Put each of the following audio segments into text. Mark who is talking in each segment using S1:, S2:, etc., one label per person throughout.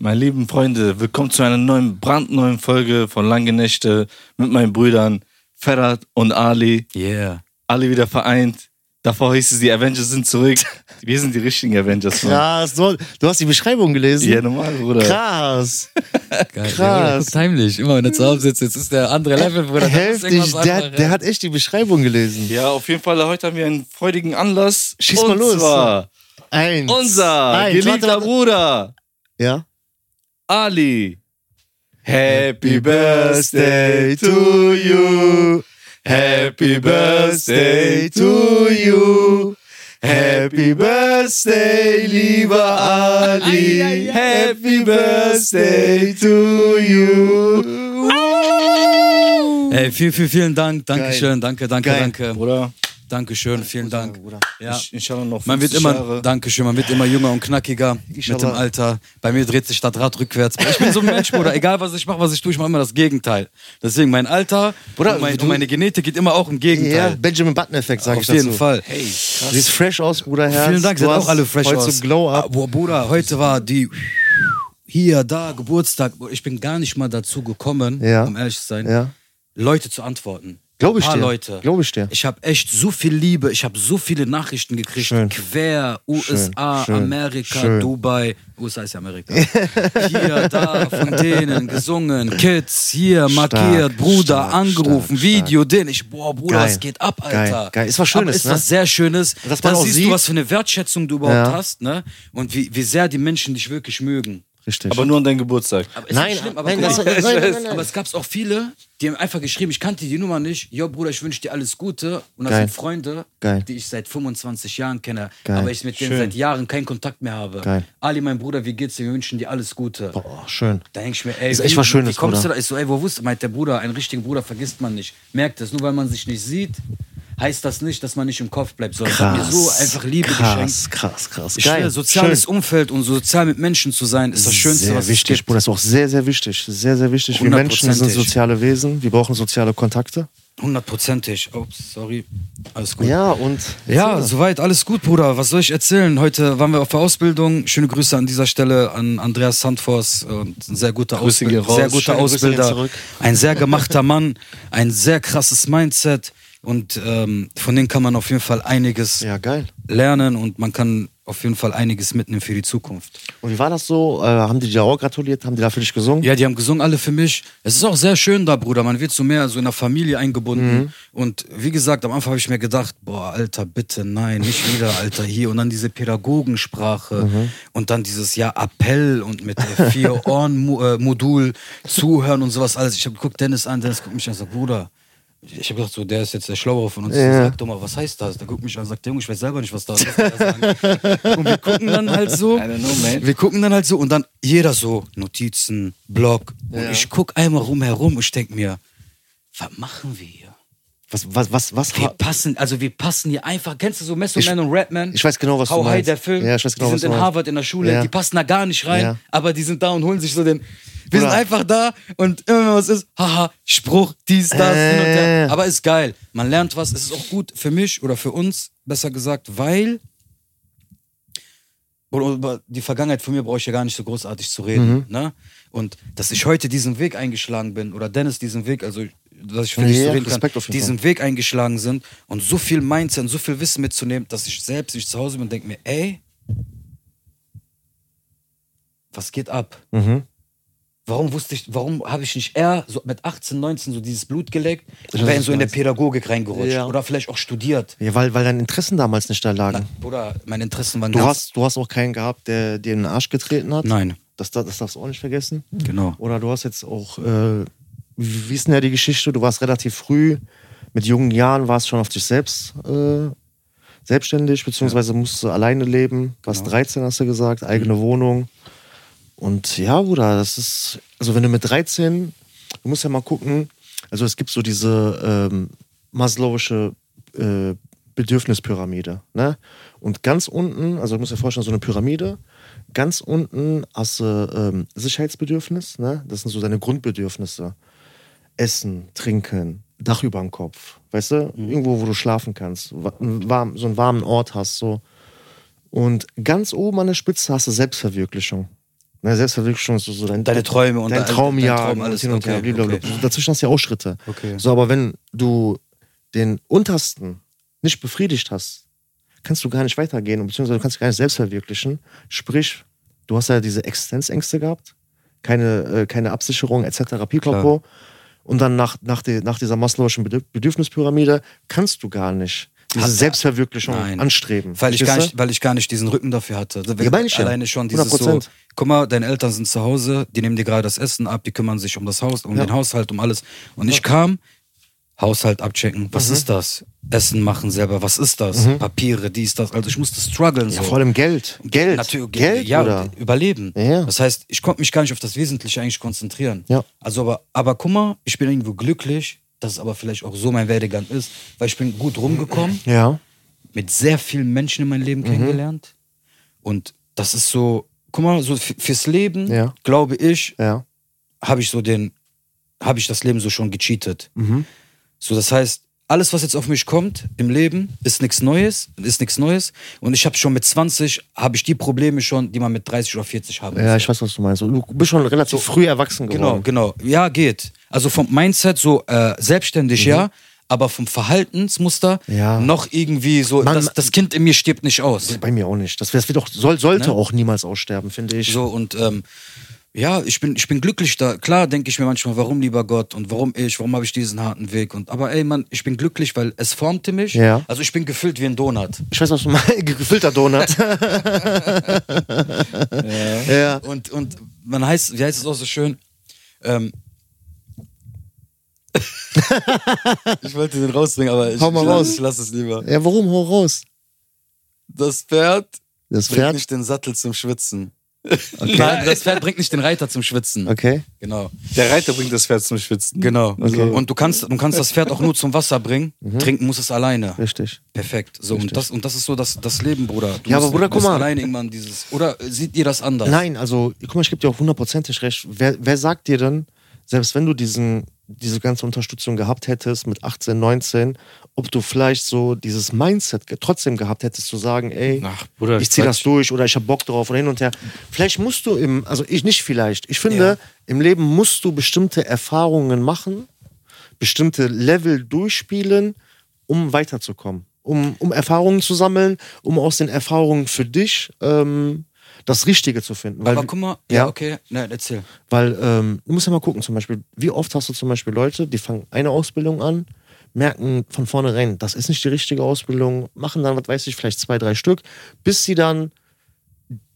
S1: Meine lieben Freunde, willkommen zu einer neuen, brandneuen Folge von Lange Nächte mit meinen Brüdern Ferhat und Ali.
S2: Yeah.
S1: Alle wieder vereint. Davor hieß es, die Avengers sind zurück. Wir sind die richtigen Avengers. Mann.
S3: Krass, du, du hast die Beschreibung gelesen.
S1: Ja, normal,
S2: äh,
S1: Bruder.
S3: Krass.
S2: Geil.
S3: Äh, Krass. Äh,
S2: Ja, das ist heimlich. Immer wenn er zu Hause sitzt, jetzt ist der andere Level, Bruder. Das ist
S3: Heftig,
S2: irgendwas
S3: der,
S2: anderes.
S3: hat- der hat echt die Beschreibung gelesen.
S1: Ja, auf jeden Fall, heute haben wir einen freudigen Anlass.
S3: Schieß
S1: und
S3: mal los.
S1: Zwar
S3: Eins.
S1: unser
S3: Eins.
S1: geliebter
S3: Warte, warte.
S1: Bruder
S3: Ja.
S1: Ali. Happy Birthday to you. Happy Birthday to you. Happy Birthday, lieber Ali.
S2: Ei, ei, ei.
S1: Happy Birthday to you.
S2: Ey, viel, viel, vielen Dank. Dankeschön. Danke, danke,
S3: Geil.
S2: danke.
S1: Bruder,
S2: Dankeschön, vielen Dank. Ja.
S1: ich, ich habe noch
S2: Man wird
S1: 50
S2: immer,
S1: Jahre.
S2: Dankeschön, man wird immer jünger und knackiger mit dem
S3: aber-
S2: Alter. Bei mir dreht sich das Rad rückwärts. Ich bin so ein Mensch, Bruder. Egal was ich mache, was ich tue, ich mache immer das Gegenteil. Deswegen mein Alter
S3: Bruder,
S2: und, mein,
S3: du-
S2: und meine Genetik geht immer auch im
S3: Ja,
S2: Gegenteil.
S3: Benjamin Button-Effekt, sag
S2: Auf
S3: ich dazu.
S2: jeden Fall.
S3: Du siehst fresh aus, Bruder Herz.
S2: Vielen Dank,
S3: du
S2: sind
S3: hast
S2: auch alle fresh
S3: heute
S2: aus.
S3: so Glow-Up.
S2: Ah, Boah, Bruder, heute war die hier, da, Geburtstag. Boah, Ich bin gar nicht mal dazu gekommen,
S3: Ja.
S2: um ehrlich zu sein,
S3: Ja.
S2: Leute zu antworten.
S3: Glaub ich
S2: Ein paar
S3: dir.
S2: Leute.
S3: Glaub ich dir.
S2: Ich habe echt so viel Liebe, ich habe so viele Nachrichten gekriegt.
S3: Schön.
S2: Quer, USA,
S3: Schön.
S2: Amerika,
S3: Schön.
S2: Dubai. USA ist ja Amerika. hier, da, von denen, gesungen, Kids, hier,
S3: Stark,
S2: markiert, Bruder,
S3: stark,
S2: angerufen,
S3: stark,
S2: Video, den. Ich, boah, Bruder,
S3: Geil.
S2: es geht ab,
S3: Geil,
S2: Alter.
S3: geil. Ist was Schönes,
S2: Aber ist
S3: ne?
S2: was sehr Schönes.
S3: Dass man
S2: Da
S3: auch
S2: siehst
S3: sieht-
S2: du, was für eine Wertschätzung du überhaupt
S3: Ja.
S2: hast, ne? Und wie, wie sehr die Menschen dich wirklich mögen.
S3: Richtig.
S1: Aber nur an deinem Geburtstag.
S2: Aber ist
S3: Nein,
S2: nicht schlimm, aber,
S3: nein,
S2: guck
S3: das-
S2: mal,
S3: nein, nein, nein, nein.
S2: aber es gab auch viele, die haben einfach geschrieben, ich kannte die Nummer nicht. Jo, Bruder, ich wünsche dir alles Gute. Und das
S3: Geil.
S2: sind Freunde,
S3: Geil.
S2: die ich seit 25 Jahren kenne,
S3: Geil.
S2: aber ich mit denen
S1: Schön.
S2: seit Jahren keinen Kontakt mehr habe.
S3: Geil.
S2: Ali, mein Bruder, wie geht's dir? Wir wünschen dir alles Gute.
S3: Boah, schön.
S2: Da denk ich mir, ey,
S3: Ist
S2: wie,
S3: echt was Schönes,
S2: wie kommst
S3: Bruder.
S2: du da? Ich so, ey, wo wusste, meint der Bruder, einen richtigen Bruder vergisst man nicht. Merkt es, nur weil man sich nicht sieht, heißt das nicht, dass man nicht im Kopf bleibt, sondern hat mir so einfach Liebe geschenkt.
S3: krass, krass, krass.
S2: Ich
S3: Geil.
S2: schwöre, soziales
S3: schön.
S2: Umfeld und sozial mit Menschen zu sein, ist das Schönste,
S3: sehr
S2: was
S3: wichtig,
S2: es gibt.
S3: Bruder, das ist auch sehr, sehr wichtig. Sehr, sehr wichtig. Wir Menschen sind
S2: Hundertprozentig.
S3: soziale Wesen. Wir brauchen soziale Kontakte.
S2: Hundertprozentig. Ups, sorry. Alles gut.
S3: Ja, und.
S2: Ja,
S3: Erzähl.
S2: soweit, alles gut, Bruder. Was soll ich erzählen? Heute waren wir auf der Ausbildung. Schöne Grüße an dieser Stelle an Andreas Sandfors. und Ein sehr guter,
S1: Grüße gehen
S2: Ausbild
S1: raus.
S2: sehr guter
S3: Schöne Grüße gehen
S2: Ausbilder.
S3: zurück.
S2: Ein sehr gemachter Mann, ein sehr krasses Mindset. Und ähm, von denen kann man auf jeden Fall einiges
S3: Ja, geil.
S2: lernen und man kann auf jeden Fall einiges mitnehmen für die Zukunft.
S3: Und wie war das so? Äh, haben die dir auch gratuliert? Haben die dafür dich gesungen?
S2: Ja, die haben gesungen alle für mich. Es ist auch sehr schön da, Bruder. Man wird so mehr so in der Familie eingebunden. Und wie gesagt, am Anfang habe ich mir gedacht, boah, Alter, bitte, nein, nicht wieder, Alter, hier. Und dann diese Pädagogensprache und dann dieses ja Appell und mit äh, vier Ohren Mo- äh, Modul zuhören und sowas alles. Ich habe geguckt Dennis an, Dennis guckt mich an, und sagt, Bruder. Ich habe gedacht, so, der ist jetzt der Schlauere von uns. Ich
S3: Ja.
S2: Sag doch mal, was heißt das? Der guckt mich an, sagt, Junge, ich weiß selber nicht, was da ist. Und wir gucken dann halt so.
S1: I don't know, man.
S2: Wir gucken dann halt so und dann jeder so Notizen, Blog. Und ich guck einmal rumherum und ich denk mir, was machen wir hier?
S3: Was, was, was, was?
S2: Wir passen, also wir passen hier einfach. Kennst du so Method
S3: Ich-
S2: Man und Redman?
S3: ich weiß genau, was
S2: How
S3: du
S2: High,
S3: meinst.
S2: der Film.
S3: Ja, ich weiß genau,
S2: die
S3: was du
S2: sind in
S3: meinst.
S2: Harvard in der Schule,
S3: Ja.
S2: die passen da gar nicht rein,
S3: Ja.
S2: aber die sind da und holen sich so den. Wir sind
S3: Bruder.
S2: einfach da und immer wenn was ist, haha, Spruch, dies, das, hin und her.
S3: Äh.
S2: Aber ist geil. Man lernt was. Es ist auch gut für mich oder für uns, besser gesagt, weil oder über die Vergangenheit von mir brauche ich ja gar nicht so großartig zu reden.
S3: Mhm.
S2: Ne? Und dass ich heute diesen Weg eingeschlagen bin oder Dennis diesen Weg, also dass ich für dich
S3: Ja,
S2: so reden
S3: Respekt
S2: kann,
S3: auf jeden
S2: diesen Weg eingeschlagen sind und so viel Mindset und so viel Wissen mitzunehmen, dass ich selbst nicht zu Hause bin und denke mir, ey, was geht ab?
S3: Mhm.
S2: Warum wusste ich, warum habe ich nicht eher so mit 18, 19 so dieses Blut geleckt
S3: weiß,
S2: und wäre
S3: was
S2: so
S3: du
S2: in der
S3: meinst.
S2: Pädagogik reingerutscht
S3: Ja.
S2: oder vielleicht auch studiert?
S3: Ja, weil, weil deine Interessen damals nicht da lagen.
S2: Oder meine Interessen waren
S3: Mhm. Du
S2: ganz...
S3: hast, du hast auch keinen gehabt, der dir in den Arsch getreten hat.
S2: Nein,
S3: Das, das, das darfst du auch nicht vergessen.
S2: genau.
S3: Oder du hast jetzt auch, äh, wie ist denn ja die Geschichte? Du warst relativ früh, mit jungen Jahren warst schon auf dich selbst äh, selbstständig, beziehungsweise musst du alleine leben. Du warst 13, hast du gesagt, eigene Wohnung. Und ja, Bruder, das ist, also wenn du mit 13, du musst ja mal gucken, also es gibt so diese ähm, maslowische äh, Bedürfnispyramide, ne? Und ganz unten, also du musst dir vorstellen, so eine Pyramide, ganz unten hast du ähm, Sicherheitsbedürfnis, ne? Das sind so deine Grundbedürfnisse. Essen, Trinken, Dach
S2: Mhm.
S3: über dem Kopf, weißt du? Irgendwo, wo du schlafen kannst, wa- ein warm, so einen warmen Ort hast, so. Und ganz oben an der Spitze hast du Selbstverwirklichung. Ne, Selbstverwirklichung ist so, so dein, genau,
S2: Deine Träume und
S3: dein
S2: dein-
S3: Traumjahr.
S2: dein Traum,
S3: und
S2: alles.
S3: hin und her,
S2: Okay,
S3: blablabla.
S2: okay.
S3: So, Dazwischen hast du ja auch Schritte.
S2: Okay.
S3: So, aber wenn du den untersten nicht befriedigt hast, kannst du gar nicht weitergehen, beziehungsweise du kannst dich gar nicht selbst verwirklichen. Sprich, du hast ja diese Existenzängste gehabt, keine, äh, keine Absicherung etc. Pipapo. Und dann nach, nach, die, nach dieser maslowischen Bedürf- Bedürfnispyramide kannst du gar nicht diese
S2: Hat-
S3: Selbstverwirklichung
S2: Nein.
S3: anstreben.
S2: Weil ich, gar
S3: Verstehst
S2: nicht, weil ich gar nicht diesen Rücken dafür hatte. Also wenn-
S3: Ja, meine ich ja.
S2: Alleine schon dieses so,
S3: 100%.
S2: guck mal, deine Eltern sind zu Hause, die nehmen dir gerade das Essen ab, die kümmern sich um das Haus, um
S3: Ja.
S2: den Haushalt, um alles. Und ich kam, Haushalt abchecken,
S3: Mhm.
S2: was ist das? Essen machen selber, was ist das? Papiere, dies, das. Also ich musste strugglen.
S3: du?
S2: So.
S3: Mhm. Ja, vor allem Geld. Geld.
S2: Natürlich,
S3: Geld,
S2: ja,
S3: oder?
S2: überleben.
S3: Ja.
S2: Das heißt, ich konnte mich gar nicht auf das Wesentliche eigentlich konzentrieren.
S3: Ja.
S2: Also, aber, aber guck mal, ich bin irgendwo glücklich, dass es aber vielleicht auch so mein Werdegang ist, weil ich bin gut rumgekommen
S3: Ja.
S2: mit sehr vielen Menschen in meinem
S3: Mhm.
S2: Leben kennengelernt. Und das ist so, guck mal, so f- fürs Leben,
S3: Ja.
S2: glaube ich,
S3: Ja.
S2: habe ich so den, habe ich das Leben so schon gecheatet.
S3: Mhm.
S2: So, das heißt, alles, was jetzt auf mich kommt im Leben, ist nichts Neues, ist nichts Neues. Und ich habe schon mit 20, habe ich die Probleme schon, die man mit 30 oder 40 haben
S3: Ja, ich weiß, was du meinst. Du bist schon relativ früh erwachsen
S2: Genau,
S3: geworden.
S2: genau. Ja, geht. Also vom Mindset so äh, selbstständig, ja, aber vom Verhaltensmuster
S3: Mhm. Ja.
S2: noch irgendwie so,
S3: Man-
S2: das, das Kind in mir stirbt nicht aus.
S3: Bei mir auch nicht. Das, das wird auch, soll, sollte auch niemals aussterben, finde ich.
S2: So und ähm, ja, ich bin, ich bin glücklich da. Klar denke ich mir manchmal, warum lieber Gott und warum ich, warum habe ich diesen harten Weg und aber ey Mann, ich bin glücklich, weil es formte mich.
S3: Ja.
S2: Also ich bin gefüllt wie ein Donut.
S3: Ich weiß, was du meinst. Gefüllter Donut. ja.
S2: Und, und man heißt, wie heißt es auch so schön? Ähm, ich wollte den rausbringen, aber ich,
S3: Hau mal
S2: ich, lass-
S3: raus.
S2: ich lasse es lieber.
S3: Ja, warum? Hau raus.
S2: Das Pferd
S3: Das
S2: bringt
S3: Pferd.
S2: nicht den Sattel zum Schwitzen.
S3: Okay.
S2: Nein, das Pferd bringt nicht den Reiter zum Schwitzen.
S3: Okay.
S2: Genau.
S1: Der Reiter bringt das Pferd zum Schwitzen.
S2: Genau.
S3: Okay. Mhm.
S2: Und du kannst, du kannst das Pferd auch nur zum Wasser bringen. Trinken muss es alleine.
S3: Richtig.
S2: Perfekt. So, und, das, und das ist so das, das Leben, Bruder. Du
S3: Ja, aber
S2: musst-
S3: Bruder,
S2: du musst
S3: guck mal.
S2: Alleine irgendwann dieses, oder äh, seht ihr das anders?
S3: Nein, also, guck mal, ich gebe dir auch hundertprozentig recht. Wer, wer sagt dir denn, selbst wenn du diesen, diese ganze Unterstützung gehabt hättest mit 18, 19, ob du vielleicht so dieses Mindset ge- trotzdem gehabt hättest, zu sagen, ey,
S1: Ach, Bruder,
S3: ich ziehe das
S1: Quatsch.
S3: durch oder ich habe Bock drauf oder hin und her. Vielleicht musst du im, also ich nicht vielleicht, ich finde,
S2: Ja.
S3: im Leben musst du bestimmte Erfahrungen machen, bestimmte Level durchspielen, um weiterzukommen, um, um Erfahrungen zu sammeln, um aus den Erfahrungen für dich ähm, das Richtige zu finden. Weil,
S2: Aber guck mal, ja,
S3: Ja.
S2: okay, nein, erzähl.
S3: weil ähm, du musst ja mal gucken, zum Beispiel, wie oft hast du zum Beispiel Leute, die fangen eine Ausbildung an, merken von vornherein, das ist nicht die richtige Ausbildung, machen dann, was weiß ich, vielleicht zwei, drei Stück, bis sie dann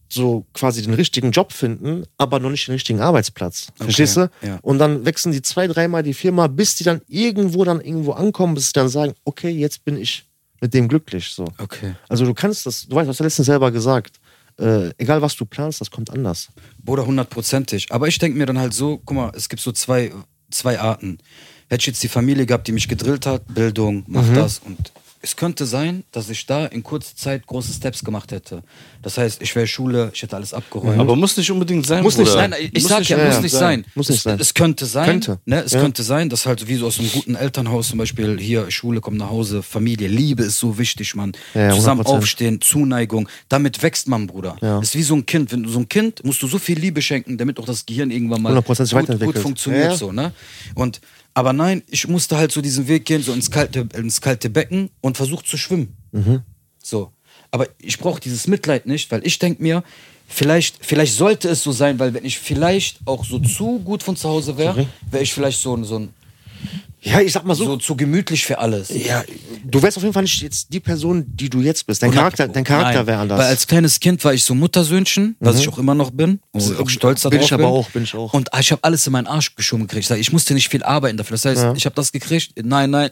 S3: so quasi den richtigen Job finden, aber noch nicht den richtigen Arbeitsplatz. Verstehst du?
S2: ja.
S3: Und dann wechseln die zwei, dreimal die Firma, bis die dann irgendwo dann irgendwo ankommen, bis sie dann sagen, okay, jetzt bin ich mit dem glücklich. So.
S2: Okay.
S3: Also du kannst das, du weißt, hast du letztens selber gesagt, äh, egal was du planst, das kommt anders.
S2: Bruder, hundertprozentig. Aber ich denke mir dann halt so, guck mal, es gibt so zwei, zwei Arten. Hätte ich jetzt die Familie gehabt, die mich gedrillt hat, Bildung, mach
S3: Mhm.
S2: das und es könnte sein, dass ich da in kurzer Zeit große Steps gemacht hätte. Das heißt, ich wäre Schule, ich hätte alles abgeräumt.
S1: Aber muss nicht unbedingt sein,
S3: Muss nicht
S1: Bruder.
S3: sein.
S2: Nein, ich sag ja,
S1: unbedingt
S2: muss nicht sein.
S3: Muss nicht
S2: es,
S3: sein.
S2: Es könnte sein.
S3: Könnte.
S2: Ne, es
S3: Ja.
S2: könnte sein, dass halt wie so aus einem guten Elternhaus zum Beispiel hier Schule kommt nach Hause, Familie, Liebe ist so wichtig, Mann.
S3: Ja, ja,
S2: Zusammen
S3: 100%.
S2: aufstehen, Zuneigung. Damit wächst man, Bruder.
S3: Ja.
S2: Ist wie so ein Kind. Wenn du so ein Kind musst du so viel Liebe schenken, damit auch das Gehirn irgendwann mal
S3: 100% sich
S2: gut, gut
S3: weiterentwickelt.
S2: funktioniert.
S3: Ja, ja.
S2: So, ne? Und aber nein, ich musste halt so diesen Weg gehen, so ins kalte, ins kalte Becken und versucht zu schwimmen. So. Aber ich brauche dieses Mitleid nicht, weil ich denke mir, vielleicht, vielleicht sollte es so sein, weil wenn ich vielleicht auch so zu gut von zu Hause wäre, wäre ich vielleicht so, ein- so, ein-
S3: Ja, ich sag mal so,
S2: so zu gemütlich für alles.
S3: Ja, du wärst auf jeden Fall nicht jetzt die Person, die du jetzt bist. Dein Charakter, dein Charakter
S2: Nein,
S3: wäre anders. Mhm.
S2: Weil als kleines Kind war ich so Muttersöhnchen, was ich auch immer noch bin. Und auch stolz
S3: bin
S2: darauf
S3: ich aber auch, bin ich auch.
S2: Und ich habe alles in meinen Arsch geschoben gekriegt. Ich musste nicht viel arbeiten dafür. Das heißt, ich habe das gekriegt. Nein, nein.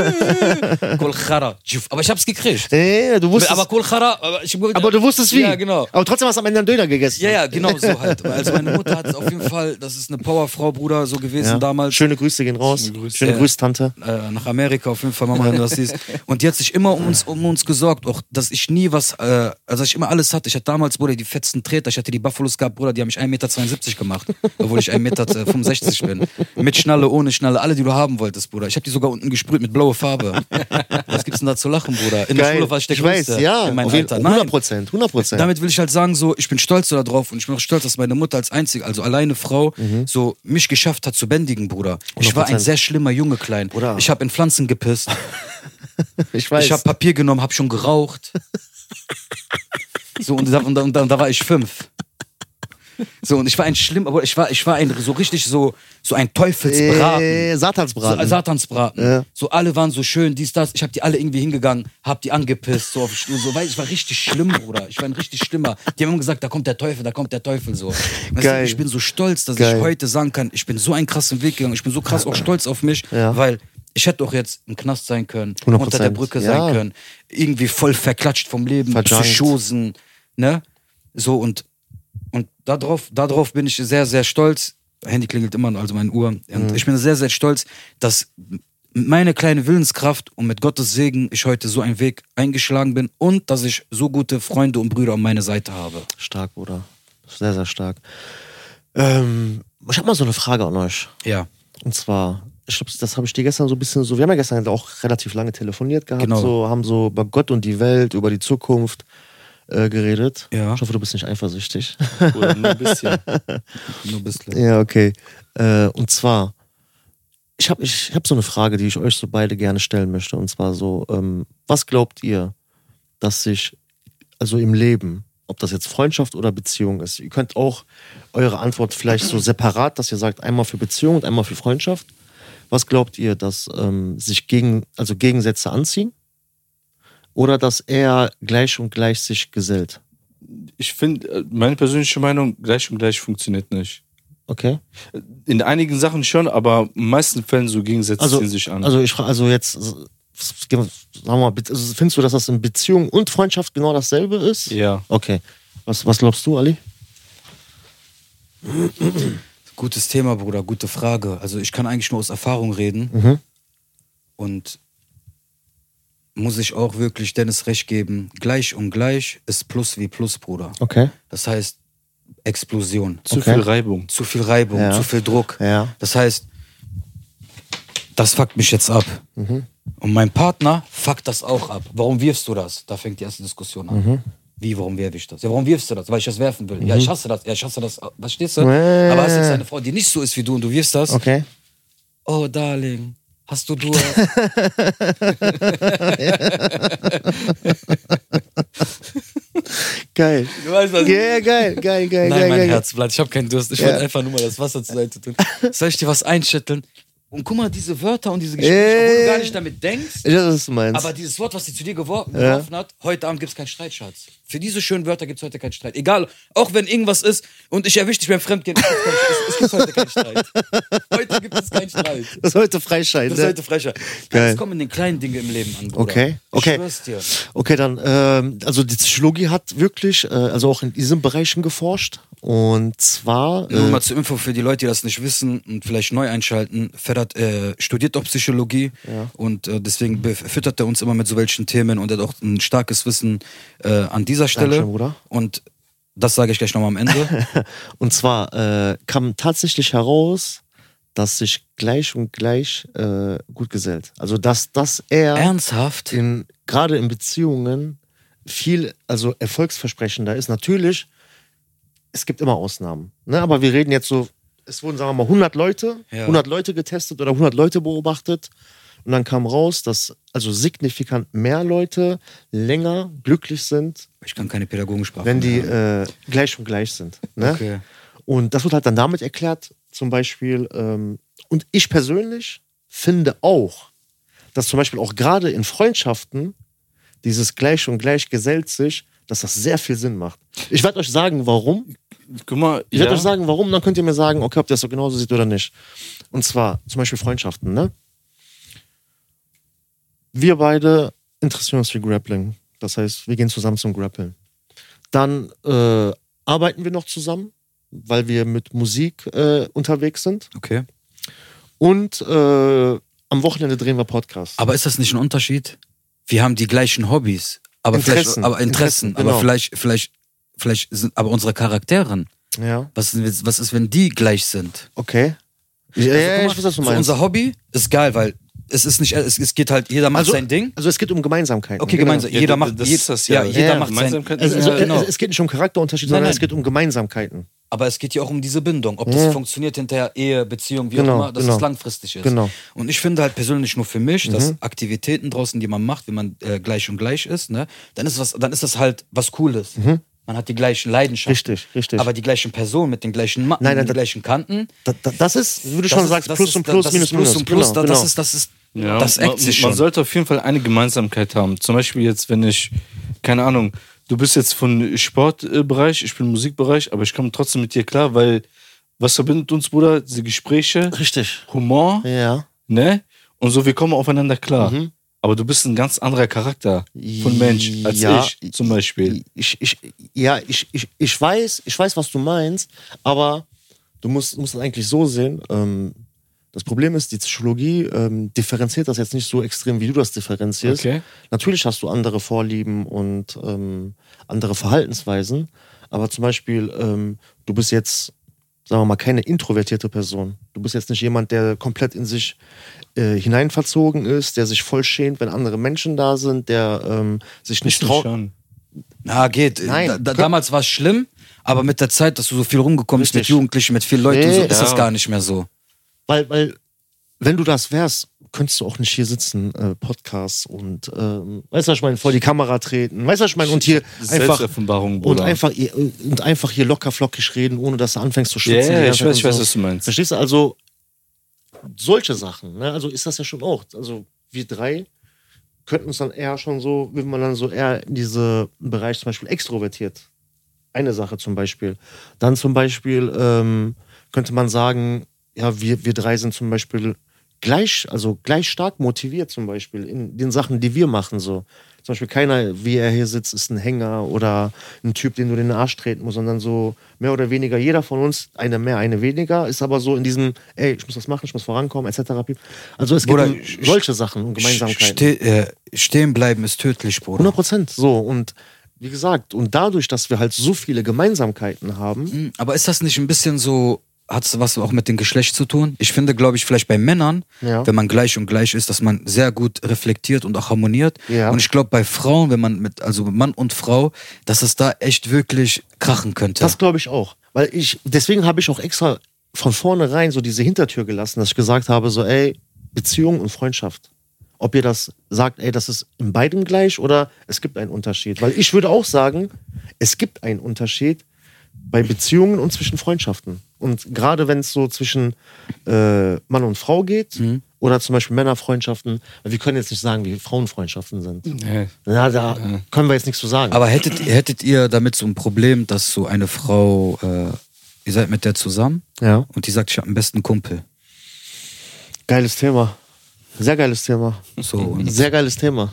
S2: Äh! Kolchara. aber ich habe es gekriegt.
S3: nee, du wusstest,
S2: aber
S3: aber,
S2: Kolchara. Aber, ich hab-
S3: du wusstest wie.
S2: Ja, genau.
S3: Aber trotzdem hast du am Ende einen Döner gegessen.
S2: Ja, ja, genau so halt. Also meine Mutter hat es auf jeden Fall, das ist eine Powerfrau, Bruder, so gewesen
S3: Ja.
S2: damals.
S3: Schöne Grüße gehen raus.
S1: Grüße.
S3: Schöne
S2: Ja.
S3: Grüße, Tante.
S2: äh, nach Amerika auf jeden Fall, Mama, wenn du das siehst. Und die hat sich immer um uns, um uns gesorgt, auch dass ich nie was, äh, also dass ich immer alles hatte. Ich hatte damals, Bruder, die fetzten Treter, ich hatte die Buffalos gehabt, Bruder, die haben mich 1,72 Meter gemacht, obwohl ich 1,65 Meter äh, bin. Mit Schnalle, ohne Schnalle, alle, die du haben wolltest, Bruder. Ich habe die sogar unten gesprüht mit blauer Farbe. Was gibt's denn da zu lachen, Bruder? In der
S3: Geil.
S2: Schule war ich der
S3: ich
S2: Größte.
S3: weiß, ja.
S2: in meinem
S3: auf jeden,
S2: Alter. Nein,
S3: 100 Prozent, 100 Prozent.
S2: damit will ich halt sagen, so, ich bin stolz darauf und ich bin auch stolz, dass meine Mutter als einzige, also alleine Frau,
S3: Mhm.
S2: so mich geschafft hat zu bändigen, Bruder. Ich war ein
S3: 100%.
S2: sehr schlimmer Junge klein.
S3: Bruder.
S2: Ich habe in Pflanzen gepisst.
S3: Ich weiß.
S2: Ich habe Papier genommen, habe schon geraucht. so, und da, und, da, und, da, und da war ich fünf. So, und ich war ein schlimm, aber ich war, ich war ein, so richtig so, so ein Teufelsbraten.
S3: äh,
S2: So,
S3: Satansbraten.
S2: Also- Satansbraten.
S3: Ja.
S2: So alle waren so schön, dies, das. Ich habe die alle irgendwie hingegangen, habe die angepisst, so auf den Stuhl, so, weil ich war richtig schlimm, Bruder. Ich war ein richtig schlimmer. Die haben immer gesagt, da kommt der Teufel, da kommt der Teufel so. Weißt
S3: Geil.
S2: Du, ich bin so stolz, dass
S3: Geil.
S2: ich heute sagen kann, ich bin so einen krassen Weg gegangen, ich bin so krass auch stolz auf mich,
S3: Ja.
S2: weil ich hätte auch jetzt im Knast sein können,
S3: 100%.
S2: unter der Brücke
S3: Ja.
S2: sein können, irgendwie voll verklatscht vom Leben,
S3: Verjunkt.
S2: Psychosen, ne? So und und darauf, darauf bin ich sehr, sehr stolz. Handy klingelt immer, also meine Uhr. Und ich bin sehr, sehr stolz, dass m- meine kleine Willenskraft und mit Gottes Segen ich heute so einen Weg eingeschlagen bin und dass ich so gute Freunde und Brüder an meine Seite habe.
S3: Stark, Bruder. Sehr, sehr stark. Ähm, ich habe mal so eine Frage an euch.
S2: Ja,
S3: Und zwar, ich glaube, das habe ich dir gestern so ein bisschen so, wir haben ja gestern halt auch relativ lange telefoniert gehabt,
S2: Genau.
S3: so, haben so über Gott und die Welt, über die Zukunft äh, geredet.
S2: Ja.
S3: Ich hoffe, du bist nicht eifersüchtig.
S1: Bruder, nur ein bisschen.
S2: nur ein bisschen.
S3: ja, okay. Äh, und zwar, ich habe ich hab so eine Frage, die ich euch so beide gerne stellen möchte. Und zwar so, ähm, was glaubt ihr, dass sich, also im Leben, ob das jetzt Freundschaft oder Beziehung ist, ihr könnt auch eure Antwort vielleicht so separat, dass ihr sagt, einmal für Beziehung und einmal für Freundschaft. Was glaubt ihr, dass ähm, sich gegen, also Gegensätze anziehen? Oder dass er gleich und gleich sich gesellt?
S1: Ich finde, meine persönliche Meinung, gleich und gleich funktioniert nicht.
S3: Okay?
S1: In einigen Sachen schon, aber in meisten Fällen so Gegensätze
S3: Also-
S1: ziehen sich an.
S3: Also ich frage, also jetzt, also, sagen wir mal, bitte, also findest du, dass das in Beziehung und Freundschaft genau dasselbe ist?
S1: ja.
S3: Okay. Was, was glaubst du, Ali?
S2: Gutes Thema, Bruder, gute Frage. Also ich kann eigentlich nur aus Erfahrung reden.
S3: Mhm.
S2: Und muss ich auch wirklich Dennis recht geben, gleich und gleich ist Plus wie Plus, Bruder.
S3: Okay.
S2: Das heißt Explosion.
S1: Zu
S3: Okay.
S1: viel Reibung.
S2: zu viel Reibung,
S3: Ja.
S2: zu viel Druck.
S3: Ja.
S2: Das heißt, das fuckt mich jetzt ab.
S3: Mhm.
S2: Und mein Partner fuckt das auch ab. Warum wirfst du das? Da fängt die erste Diskussion an.
S3: Mhm.
S2: Wie, warum werfe ich das? Ja, warum wirfst du das? Weil ich das werfen will. Ja, ich hasse das. Ja, ich hasse das. Verstehst du?
S3: Äh.
S2: Aber hast du jetzt eine Frau, die nicht so ist wie du und du wirfst das?
S3: Okay.
S2: Oh, Darling, hast du äh, du.
S3: Geil.
S2: Du weißt, was ich-
S3: Ja, geil, geil, geil,
S2: Nein,
S3: geil,
S2: mein
S3: geil.
S2: Herzblatt, ich habe keinen Durst. Ich
S3: Ja.
S2: wollte einfach nur mal das Wasser zur Seite tun. Soll ich dir was einschütteln? Und guck mal, diese Wörter und diese Gespräche, obwohl du
S3: Äh.
S2: gar nicht damit denkst.
S3: Ich weiß, was du meinst.
S2: Aber dieses Wort, was sie zu dir geworfen geworfen hat, heute Abend gibt es keinen Streit, Schatz. Für diese schönen Wörter gibt es heute keinen Streit. Egal, auch wenn irgendwas ist und ich erwische dich beim Fremdgehen, es gibt keinen- es- es gibt heute keinen Streit. Heute gibt es keinen Streit.
S3: das sollte freischein.
S2: Das
S3: ne?
S2: ist heute frecher.
S3: Geil.
S2: Es kommen den kleinen Dinge im Leben an. Bruder.
S3: Okay,
S2: Ich
S3: okay.
S2: schwör's dir.
S3: Okay, dann, ähm, also die Psychologie hat wirklich, äh, also auch in diesen Bereichen geforscht. Und zwar.
S2: Nur
S3: Äh,
S2: mal zur Info für die Leute, die das nicht wissen und vielleicht neu einschalten. Ferhat äh, studiert auch Psychologie und äh, deswegen bef- füttert er uns immer mit so welchen Themen und er hat auch ein starkes Wissen äh, an dieser Stelle.
S3: Dankeschön, Bruder.
S2: Und das sage ich gleich nochmal am Ende.
S3: Und zwar äh, kam tatsächlich heraus, dass sich gleich und gleich äh, gut gesellt. Also dass, dass er
S2: Ernsthaft?
S3: in, gerade in Beziehungen viel, also erfolgsversprechender ist. Natürlich, es gibt immer Ausnahmen. Ne? Aber wir reden jetzt so, es wurden, sagen wir mal, 100 Leute,
S2: Ja.
S3: 100 Leute getestet oder 100 Leute beobachtet. Und dann kam raus, dass also signifikant mehr Leute länger glücklich sind,
S2: Ich kann keine Pädagogensprache.
S3: wenn die
S2: mehr.
S3: äh, gleich und gleich sind. Ne?
S2: Okay.
S3: Und das wird halt dann damit erklärt, zum Beispiel, ähm, und ich persönlich finde auch, dass zum Beispiel auch gerade in Freundschaften dieses Gleich und Gleich gesellt sich, dass das sehr viel Sinn macht. Ich werde euch sagen, warum.
S1: Guck mal,
S3: Ich
S1: ja,
S3: werde euch sagen, warum, dann könnt ihr mir sagen, okay, ob ihr das so genauso sieht oder nicht. Und zwar zum Beispiel Freundschaften, ne? Wir beide interessieren uns für Grappling. Das heißt, wir gehen zusammen zum Grappeln. Dann äh, arbeiten wir noch zusammen, weil wir mit Musik äh, unterwegs sind.
S2: Okay.
S3: Und äh, am Wochenende drehen wir Podcast.
S2: Aber ist das nicht ein Unterschied? Wir haben die gleichen Hobbys, aber
S3: Interessen.
S2: vielleicht, aber Interessen,
S3: Interessen,
S2: aber
S3: genau.
S2: vielleicht, vielleicht, vielleicht sind, aber unsere Charakteren.
S3: Ja.
S2: Was, sind jetzt- was ist, wenn die gleich sind?
S3: Okay. Ja,
S2: Also, guck
S3: ja, ja,
S2: mal,
S3: ich weiß, was du
S2: so
S3: meinst.
S2: Unser Hobby ist geil, weil es ist nicht, es, es geht halt, jeder macht sein Ding.
S3: Also es geht um Gemeinsamkeiten.
S2: Okay,
S3: Genau.
S2: gemeinsam. jeder
S1: das-
S2: macht
S1: das
S2: je-
S1: ist das
S2: ja,
S1: ja.
S2: jeder
S1: Ja,
S2: macht sein.
S1: Gemeinsamkeit
S3: Also,
S1: ist
S3: also,
S2: Ja, genau.
S3: es, es geht nicht um Charakterunterschiede, sondern
S2: nein.
S3: es geht um Gemeinsamkeiten.
S2: Aber es geht ja auch um diese Bindung, ob das funktioniert hinterher, Ehe, Beziehung, wie
S3: Genau,
S2: auch immer, dass
S3: genau.
S2: es langfristig ist.
S3: Genau. Mhm.
S2: Und ich finde halt persönlich nur für mich, dass Aktivitäten draußen, die man macht, wenn man äh, gleich und gleich ist, ne, dann ist was, dann ist das halt was Cooles. Man hat die gleichen Leidenschaften.
S3: Mhm. Richtig, richtig.
S2: Aber die gleichen Personen mit den gleichen Matten,
S3: Nein, nein,
S2: mit den
S3: da-
S2: gleichen Kanten.
S3: Da, da, das ist, wie du
S2: das
S3: schon
S2: ist-
S3: sagst,
S2: das
S3: plus
S2: ist-
S3: und plus,
S2: das ist
S3: minus,
S2: plus
S3: minus.
S2: und plus.
S3: Genau,
S2: da-
S3: genau.
S2: Das ist, das ist,
S1: Ja,
S2: das
S1: man,
S2: eckt sich
S1: man
S2: schon.
S1: sollte auf jeden Fall eine Gemeinsamkeit haben. Zum Beispiel jetzt, wenn ich, keine Ahnung, du bist jetzt von Sportbereich, ich bin Musikbereich, aber ich komme trotzdem mit dir klar, weil was verbindet uns, Bruder? Diese Gespräche,
S3: Richtig.
S1: Humor,
S3: Ja.
S1: ne? Und so, wir kommen aufeinander klar. Aber du bist ein ganz anderer Charakter von Mensch als
S3: Ja.
S1: ich zum Beispiel.
S3: Ich, ich, ja, ich, ich, ich weiß, ich weiß, was du meinst, aber du musst, musst es eigentlich so sehen. Ähm, das Problem ist, die Psychologie ähm, differenziert das jetzt nicht so extrem, wie du das differenzierst.
S1: Okay.
S3: Natürlich hast du andere Vorlieben und ähm, andere Verhaltensweisen, aber zum Beispiel, ähm, du bist jetzt, sagen wir mal, keine introvertierte Person. Du bist jetzt nicht jemand, der komplett in sich äh, hineinverzogen ist, der sich voll schämt, wenn andere Menschen da sind, der ähm, sich nicht traut.
S1: Schon.
S2: Na, geht.
S3: Nein.
S2: da, da, damals war es schlimm, aber mit der Zeit, dass du so viel rumgekommen bist mit
S3: Richtig.
S2: Jugendlichen, mit vielen Leuten,
S3: Nee,
S2: und so, ist
S1: ja.
S2: das gar nicht mehr so.
S3: Weil, weil, wenn du das wärst, könntest du auch nicht hier sitzen, äh, Podcast und, ähm, weißt du, was ich meine, vor die Kamera treten, weißt du, was ich meine, und hier einfach,
S1: Selbstoffenbarung,
S3: und
S1: Bruder.
S3: einfach, hier- und einfach hier locker flockig reden, ohne dass du anfängst zu
S1: ja,
S3: schwitzen. die
S1: ja,
S3: ganze
S1: ich
S3: Zeit
S1: weiß, ich
S3: und
S1: weiß,
S3: so.
S1: was du meinst.
S3: Verstehst du? Also, solche Sachen, ne? Also ist das ja schon auch, also wir drei könnten uns dann eher schon so, wenn man dann so eher in diesen Bereich zum Beispiel extrovertiert eine Sache zum Beispiel. Dann zum Beispiel ähm, könnte man sagen, ja, wir, wir drei sind zum Beispiel gleich, also gleich stark motiviert zum Beispiel in den Sachen, die wir machen so. Zum Beispiel keiner, wie er hier sitzt, ist ein Hänger oder ein Typ, den du in den Arsch treten musst, sondern so mehr oder weniger jeder von uns, eine mehr, eine weniger, ist aber so in diesem, ey, ich muss das machen, ich muss vorankommen, etc. piep. Also es gibt
S2: Bruder,
S3: um
S2: ich-
S3: solche Sachen und Gemeinsamkeiten.
S2: Ste äh, stehen bleiben ist tödlich, Bruder.
S3: 100 Prozent. So, und wie gesagt, und dadurch, dass wir halt so viele Gemeinsamkeiten haben,
S2: Mhm, Aber ist das nicht ein bisschen so, hat es was auch mit dem Geschlecht zu tun? Ich finde, glaube ich, vielleicht bei Männern,
S3: Ja.
S2: wenn man gleich und gleich ist, dass man sehr gut reflektiert und auch harmoniert.
S3: Ja.
S2: Und ich glaube, bei Frauen, wenn man mit, also Mann und Frau, dass es da echt wirklich krachen könnte.
S3: das glaube ich auch. Weil ich, deswegen habe ich auch extra von vornherein so diese Hintertür gelassen, dass ich gesagt habe, so, ey, Beziehung und Freundschaft. Ob ihr das sagt, ey, das ist in beidem gleich oder es gibt einen Unterschied. Weil ich würde auch sagen, es gibt einen Unterschied bei Beziehungen und zwischen Freundschaften. Und gerade wenn es so zwischen äh, Mann und Frau geht oder zum Beispiel Männerfreundschaften, wir können jetzt nicht sagen, wie Frauenfreundschaften sind.
S1: Ja.
S3: Na, da können wir jetzt nichts zu sagen.
S2: Aber hättet, hättet ihr damit so ein Problem, dass so eine Frau, äh, ihr seid mit der zusammen
S3: ja.
S2: und die sagt, ich habe einen besten Kumpel.
S3: Geiles Thema. Sehr geiles Thema.
S2: So, und
S3: Sehr geiles Thema.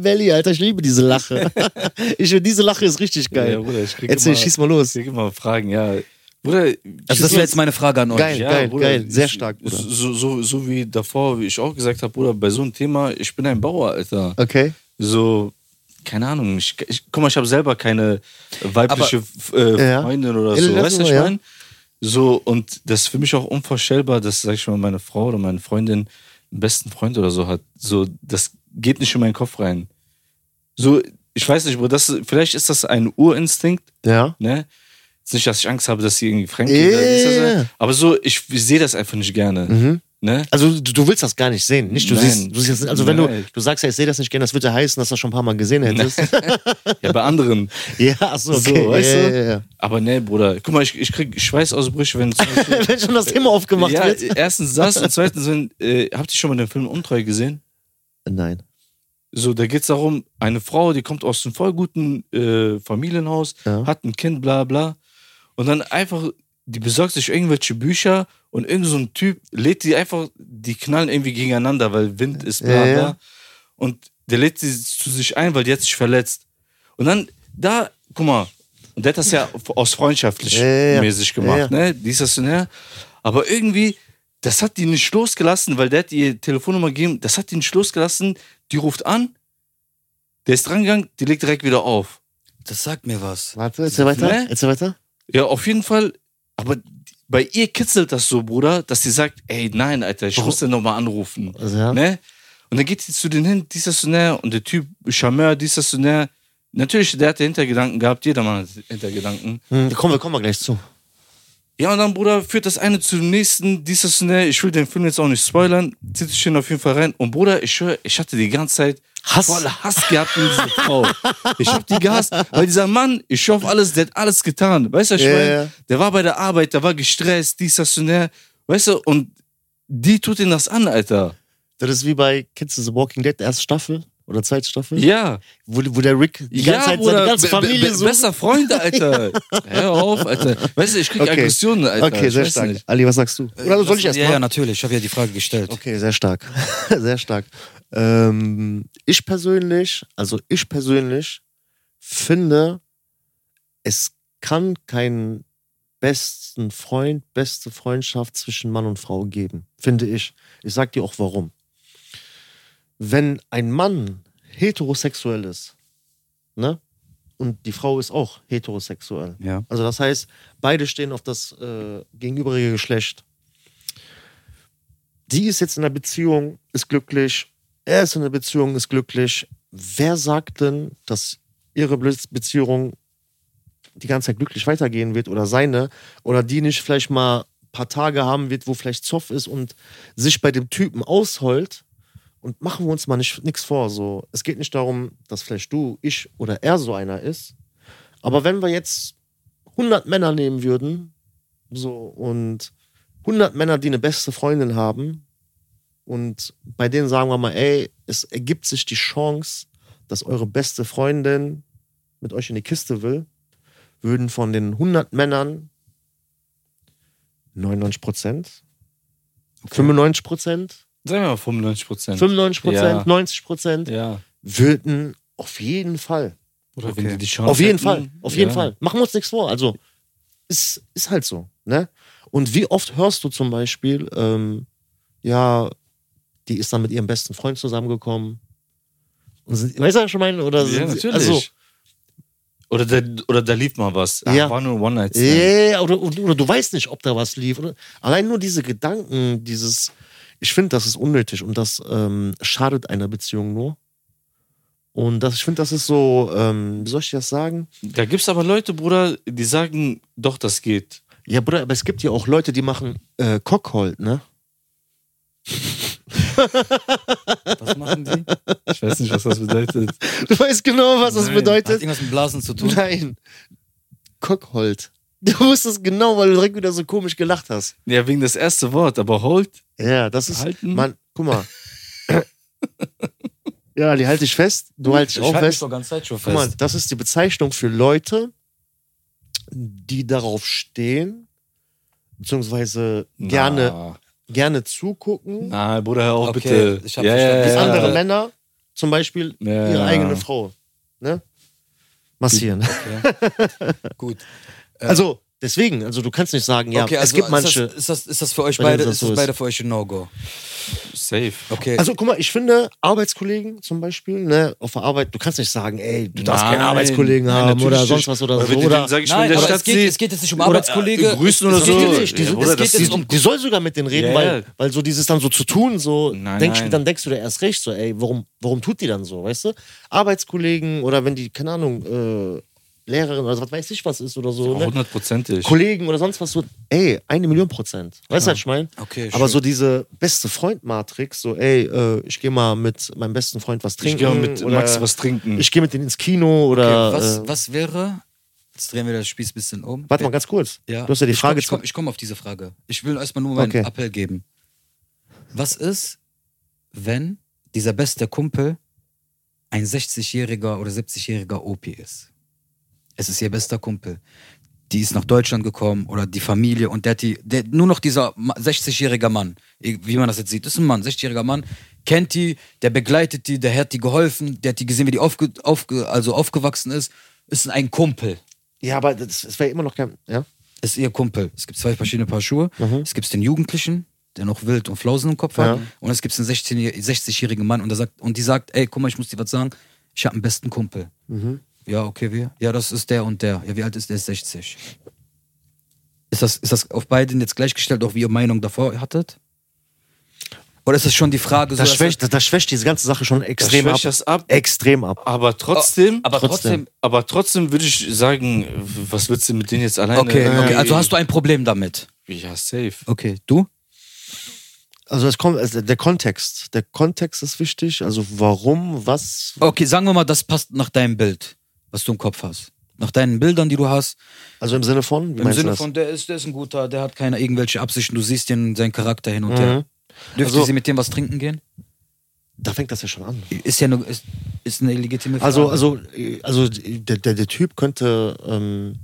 S3: Belly, Alter, ich liebe diese Lache. Ich, diese Lache ist richtig
S1: Ja,
S3: geil.
S1: Bruder, ich krieg
S3: Erzähl,
S1: immer-
S3: schieß mal los.
S1: Ich krieg immer Fragen, ja. Bruder,
S2: also das wäre jetzt meine Frage an euch.
S3: Geil. geil, sehr stark, Bruder.
S1: So, so, so wie davor, wie ich auch gesagt habe, Bruder, bei so einem Thema, ich bin ein Bauer, Alter.
S3: Okay.
S1: So, keine Ahnung. Ich, ich, guck mal, ich habe selber keine weibliche äh,
S3: Ja.
S1: Freundin oder
S3: Ja,
S1: so.
S3: lass
S1: Weißt du,
S3: mal,
S1: was ich
S3: ja.
S1: meine? So, und das ist für mich auch unvorstellbar, dass, sag ich mal, meine Frau oder meine Freundin einen besten Freund oder so hat. So, das geht nicht in meinen Kopf rein. So, ich weiß nicht, Bruder, das, vielleicht ist das ein Urinstinkt,
S3: Ja.
S1: ne? Ist nicht, dass ich Angst habe, dass sie irgendwie fremd
S3: Ja,
S1: geht. oder dies, das,
S3: ja, ja.
S1: das. Aber so, ich, ich sehe das einfach nicht gerne. Ne?
S3: Also du, du willst das gar nicht sehen, nicht? Du
S1: Nein.
S3: siehst, du siehst, also wenn du,
S1: Nein.
S3: du sagst ja, ich sehe das nicht gerne, das würde ja heißen, dass du das schon ein paar Mal gesehen hättest.
S1: Ja, bei anderen.
S3: ja, ach so, okay.
S1: So, weißt
S3: ja,
S1: du?
S3: Ja, ja.
S1: Aber ne, Bruder, guck mal, ich, ich krieg Schweißausbrüche, wenn zum Beispiel-
S3: Wenn schon das Thema aufgemacht
S1: ja,
S3: wird.
S1: erstens das und zweitens, wenn, äh, habt ihr schon mal den Film Untreu gesehen?
S3: Nein.
S1: So, da geht es darum, eine Frau, die kommt aus einem voll guten äh, Familienhaus,
S3: Ja.
S1: hat ein Kind, bla bla. Und dann einfach, die besorgt sich irgendwelche Bücher und irgend so ein Typ lädt die einfach, die knallen irgendwie gegeneinander, weil Wind ist, bla
S3: Ja, ja.
S1: bla. Und der lädt sie zu sich ein, weil die hat sich verletzt. Und dann, da, guck mal, und der hat das ja aus freundschaftlich
S3: Ja, ja, ja.
S1: mäßig gemacht,
S3: Ja,
S1: ne? Dies, das und her. Aber irgendwie, das hat die nicht losgelassen, weil der hat ihr Telefonnummer gegeben, das hat die nicht losgelassen. Die ruft an, der ist drangegangen, die legt direkt wieder auf.
S2: Das sagt mir was.
S3: Warte, erzähl weiter.
S1: Ne?
S3: Erzähl weiter.
S1: Ja, auf jeden Fall, aber bei ihr kitzelt das so, Bruder, dass sie sagt, ey, nein, Alter, ich muss den nochmal anrufen.
S3: Also, ja.
S1: Ne? Und dann geht sie zu denen hin, dies, das und der, und der Typ, Charmeur, dies, das und der. Natürlich, der hatte Hintergedanken gehabt, jedermann hat Hintergedanken.
S3: Hm, komm, wir kommen mal gleich zu.
S1: Ja, und dann, Bruder, führt das eine zum nächsten, dies, das und der. Ich will den Film jetzt auch nicht spoilern. Zieht sich den auf jeden Fall rein. Und Bruder, ich schwör, ich hatte die ganze Zeit
S3: Hass.
S1: voll Hass gehabt in diese Frau. Ich hab die gehasst, weil dieser Mann, ich schwör auf alles, der hat alles getan. Weißt du, ich
S3: Ja,
S1: mein,
S3: ja.
S1: der war bei der Arbeit, der war gestresst, dies, das und der. Weißt du, und die tut ihm das an, Alter.
S3: Das ist wie bei Kids of the Walking Dead, erste Staffel oder zweite Staffel,
S1: Ja.
S3: wo, wo der Rick Hm. die ganze Zeit
S1: Bruder,
S3: seine ganze
S1: be- be-
S3: Familie
S1: be-
S3: sucht.
S1: Bester Freund, Alter. Hör auf, Alter. Weißt du, ich krieg
S3: Okay.
S1: Aggressionen, Alter.
S3: Okay,
S1: ich
S3: sehr
S1: weiß
S3: stark.
S1: nicht.
S3: Ali, was sagst du? Oder Also soll ich erst
S2: Ja,
S3: mal?
S2: ja, natürlich. Ich habe ja die Frage gestellt.
S3: Okay, sehr stark. sehr stark. Ähm, ich persönlich, also ich persönlich finde, es kann keinen besten Freund, beste Freundschaft zwischen Mann und Frau geben. Finde ich. Ich sag dir auch warum. Wenn ein Mann heterosexuell ist, ne? Und die Frau ist auch heterosexuell.
S2: Ja.
S3: Also das heißt, beide stehen auf das äh, gegenüberige Geschlecht. Die ist jetzt in einer Beziehung, ist glücklich. Er ist in einer Beziehung, ist glücklich. Wer sagt denn, dass ihre Be- Beziehung die ganze Zeit glücklich weitergehen wird oder seine oder die nicht vielleicht mal ein paar Tage haben wird, wo vielleicht Zoff ist und sich bei dem Typen ausheult? Und machen wir uns mal nicht nichts vor. So, es geht nicht darum, dass vielleicht du, ich oder er so einer ist. Aber wenn wir jetzt 100 Männer nehmen würden, so und 100 Männer, die eine beste Freundin haben, und bei denen sagen wir mal, ey, es ergibt sich die Chance, dass eure beste Freundin mit euch in die Kiste will, würden von den 100 Männern 99 Prozent, 95 Prozent,
S1: Sagen wir mal 95 Prozent.
S3: 95 Prozent,
S1: Ja.
S3: 90 Prozent
S1: Ja.
S3: würden auf jeden Fall
S1: Oder
S2: Okay.
S1: wenn die die Chance
S3: auf jeden Fall,
S1: hätten.
S3: auf jeden
S1: ne? ja.
S3: Fall. Machen wir uns nichts vor. Also, ist, ist halt so. Ne? Und wie oft hörst du zum Beispiel, ähm, ja, die ist dann mit ihrem besten Freund zusammengekommen. Und sind, weißt du, was ich meine? Oder
S1: Ja,
S3: sind sie-
S1: natürlich.
S3: Also,
S1: oder, da, oder da lief mal was. Ah,
S3: Ja.
S1: War nur ein One-Night-Stand.
S3: ja, oder, oder, oder du weißt nicht, ob da was lief. Oder, allein nur diese Gedanken, dieses, ich finde, das ist unnötig und das ähm, schadet einer Beziehung nur. Und das, ich finde, das ist so, ähm, wie soll ich das sagen?
S1: Da gibt's aber Leute, Bruder, die sagen, doch, das geht.
S3: Ja, Bruder, aber es gibt ja auch Leute, die machen äh, Cockhold, ne?
S2: Was machen die?
S1: Ich weiß nicht, was das bedeutet.
S3: Du weißt genau, was das
S1: Nein.
S2: Hat
S3: bedeutet.
S2: irgendwas mit Blasen zu tun?
S3: Nein. Cockhold. Du wusstest genau, weil du direkt wieder so komisch gelacht hast.
S1: ja, wegen das erste Wort, aber hold,
S3: Ja, das ist.
S1: halten.
S3: Mann, guck mal. ja, die halte ich fest. Du halt dich auch
S2: halte mich
S3: fest.
S2: doch ganz Zeit schon
S3: Guck mal,
S2: fest.
S3: das ist die Bezeichnung für Leute, die darauf stehen, beziehungsweise gerne, gerne zugucken,
S1: Na, Bruder, hör auf,
S2: Okay,
S1: bitte.
S2: ich hab verstanden.
S3: wie
S2: Ja.
S3: andere Männer, zum Beispiel
S1: Äh, Ja.
S3: ihre eigene Frau. Ne? Massieren.
S2: Gut.
S1: äh,
S3: Also, deswegen, also du kannst nicht sagen, ja,
S2: okay, also
S3: es gibt manche.
S2: Ist das, ist das, ist das für euch
S3: Bei denen
S2: beide,
S3: das
S2: ist
S3: so
S2: das
S3: ist.
S2: beide für euch ein No-Go?
S1: Safe.
S2: Okay.
S3: also, guck mal, ich finde, Arbeitskollegen zum Beispiel, ne, auf der Arbeit, du kannst nicht sagen, ey, du darfst
S1: Nein.
S3: keinen Arbeitskollegen
S1: Nein,
S3: haben
S1: natürlich
S3: oder
S1: nicht.
S3: sonst was oder
S1: Weil
S3: so.
S1: wenn die
S3: Oder,
S1: dann, sag ich, mal,
S2: Nein,
S1: in der
S2: aber
S1: Stadt
S2: es geht,
S1: sehe-
S2: es geht jetzt nicht um
S1: Oder,
S2: Arbeitskollege.
S1: äh, grüßen
S2: es,
S1: oder
S2: es
S1: so.
S2: Geht
S3: die,
S2: jetzt,
S1: Ja,
S2: es
S1: Bruder,
S2: geht
S1: das
S2: jetzt
S1: sieht-
S2: um.
S3: die soll sogar mit denen reden,
S1: Ja,
S3: weil,
S1: ja.
S3: weil so dieses dann so zu tun, so
S1: Nein,
S3: denkst
S1: nein.
S3: du, dann denkst du dir erst recht, so, ey, warum, warum tut die dann so, weißt du? Arbeitskollegen oder wenn die, keine Ahnung, äh, Lehrerin oder was weiß ich was ist oder so, ne?
S1: Hundertprozentig.
S3: Kollegen oder sonst was so, ey, eine Million Prozent. Weißt du, was ich meine?
S2: Okay,
S3: Aber
S2: schön.
S3: so diese beste Freund-Matrix, so, ey, äh, ich gehe mal mit meinem besten Freund was
S1: Ich
S3: trinken.
S1: gehe mal mit
S3: oder
S1: Max was trinken.
S3: Ich gehe mit denen ins Kino oder.
S2: Okay, was,
S3: äh,
S2: was wäre. Jetzt drehen wir das Spieß ein bisschen um.
S3: warte mal ganz kurz.
S2: Ja.
S3: Du hast ja die
S2: ich
S3: Frage
S2: Komm, ich komme komm auf diese Frage. Ich will erstmal nur meinen
S3: Okay.
S2: Appell geben. Was ist, wenn dieser beste Kumpel ein 60-jähriger oder 70-jähriger OP ist? Es ist ihr bester Kumpel. Die ist nach Deutschland gekommen oder die Familie und der, hat die, der nur noch dieser Ma- 60-jährige Mann, wie man das jetzt sieht, ist ein Mann, 60-jähriger Mann, kennt die, der begleitet die, der hat die geholfen, der hat die gesehen, wie die aufge, aufge, also aufgewachsen ist, ist ein Kumpel.
S3: ja, aber das, das wäre immer noch kein. Ja?
S2: ist ihr Kumpel. Es gibt zwei verschiedene Paar Schuhe. Es gibt den Jugendlichen, der noch wild und Flausen im Kopf hat.
S3: Ja.
S2: Und es gibt einen 16-jähr- 60-jährigen Mann und, der sagt, und die sagt, ey, guck mal, ich muss dir was sagen, ich habe einen besten Kumpel. Ja, okay, wir? Ja, das ist der und der. Ja, wie alt ist der? Ist 60. Ist das, ist das auf beiden jetzt gleichgestellt, auch wie ihr Meinung davor hattet? Oder ist das schon die Frage,
S3: Also, Das,
S2: dass-
S3: schwächt, das, das schwächt diese ganze Sache schon extrem
S1: schwächt
S3: ab.
S1: das ab.
S3: Extrem ab.
S1: Aber trotzdem,
S2: aber
S3: trotzdem.
S2: trotzdem,
S1: aber trotzdem würde ich sagen, was willst du mit denen jetzt alleine?
S2: Okay, okay, also hast du ein Problem damit.
S1: Ja, safe.
S2: Okay, du?
S3: Also, es kommt, also der Kontext. Der Kontext ist wichtig. Also warum, was.
S2: Okay, sagen wir mal, das passt nach deinem Bild, was du im Kopf hast. Nach deinen Bildern, die du hast.
S3: Also im Sinne von? Wie
S2: Im
S3: meinst du
S2: Sinne
S3: das?
S2: von, der ist, der ist ein guter, der hat keine irgendwelche Absichten. Du siehst den, seinen Charakter hin und her.
S3: Mhm.
S2: Dürfte
S3: Also-
S2: sie mit dem was trinken gehen?
S3: Da fängt das ja schon an.
S2: Ist ja eine, ist, ist eine legitime Frage.
S3: Also, also, äh, also der, der, der Typ könnte ähm,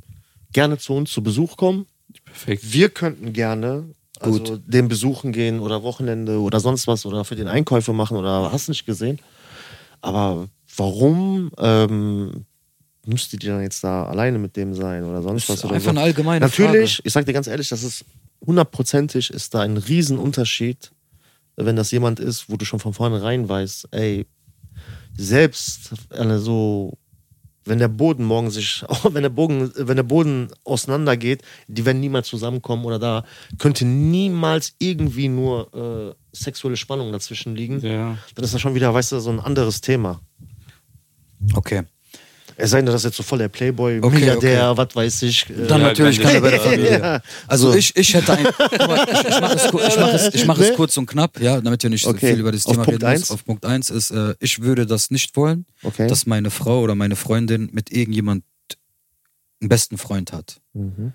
S3: gerne zu uns zu Besuch kommen.
S1: Perfekt.
S3: Wir könnten gerne also den besuchen gehen oder Wochenende oder sonst was oder für den Einkäufe machen oder hast nicht gesehen. Aber warum ähm, müsste die dann jetzt da alleine mit dem sein oder sonst was?
S2: ist
S3: Oder
S2: einfach
S3: so?
S2: eine allgemeine
S3: Natürlich,
S2: Frage.
S3: ich sag dir ganz ehrlich, das ist hundertprozentig ist da ein Riesenunterschied, wenn das jemand ist, wo du schon von vornherein weißt, ey, selbst eine so, wenn der Boden morgen sich, wenn der Boden, wenn der Boden auseinandergeht, die werden niemals zusammenkommen oder da könnte niemals irgendwie nur äh, sexuelle Spannung dazwischen liegen.
S1: Ja.
S3: Dann ist das schon wieder, weißt du, so ein anderes Thema.
S2: Okay.
S3: Es sei denn, das ist jetzt so voll der Playboy,
S2: Okay,
S3: Milliardär, was weiß ich. äh,
S2: Dann
S1: Ja,
S2: natürlich
S1: kann
S2: kann er
S1: ich-
S2: bei der Familie. Also ich, ich hätte ein. Guck mal, Ich, ich mache es, ku- ich mach es, ich mach es kurz und knapp, ja, damit wir nicht so
S3: Ne? Okay.
S2: viel über das
S3: Auf
S2: Thema
S3: Punkt
S2: reden. müssen.
S3: eins?
S2: Auf Punkt 1 ist, äh, ich würde das nicht wollen,
S3: Okay.
S2: dass meine Frau oder meine Freundin mit irgendjemand einen besten Freund hat.
S3: Mhm.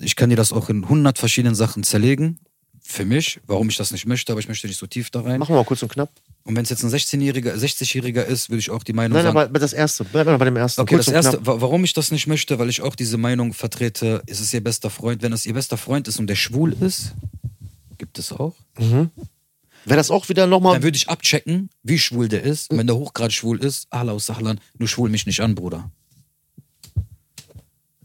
S2: Ich kann dir das auch in 100 verschiedenen Sachen zerlegen. Für mich, warum ich das nicht möchte, aber ich möchte nicht so tief da rein.
S3: Machen wir mal kurz und knapp.
S2: Und wenn es jetzt ein 16-Jähriger, 60-Jähriger ist, würde ich auch die Meinung
S3: Nein,
S2: sagen,
S3: aber das erste. Bleib mal bei dem ersten.
S2: Okay,
S3: Kurz
S2: das
S3: und
S2: erste,
S3: knapp.
S2: wa- warum ich das nicht möchte, weil ich auch diese Meinung vertrete, ist es ihr bester Freund. Wenn es ihr bester Freund ist und der schwul ist, gibt es auch,
S3: Wäre das auch wieder
S2: dann
S3: nochmal.
S2: würde ich abchecken, wie schwul der ist. Und wenn der hochgradig schwul ist, Ahlau Sahlan, du schwul mich nicht an, Bruder.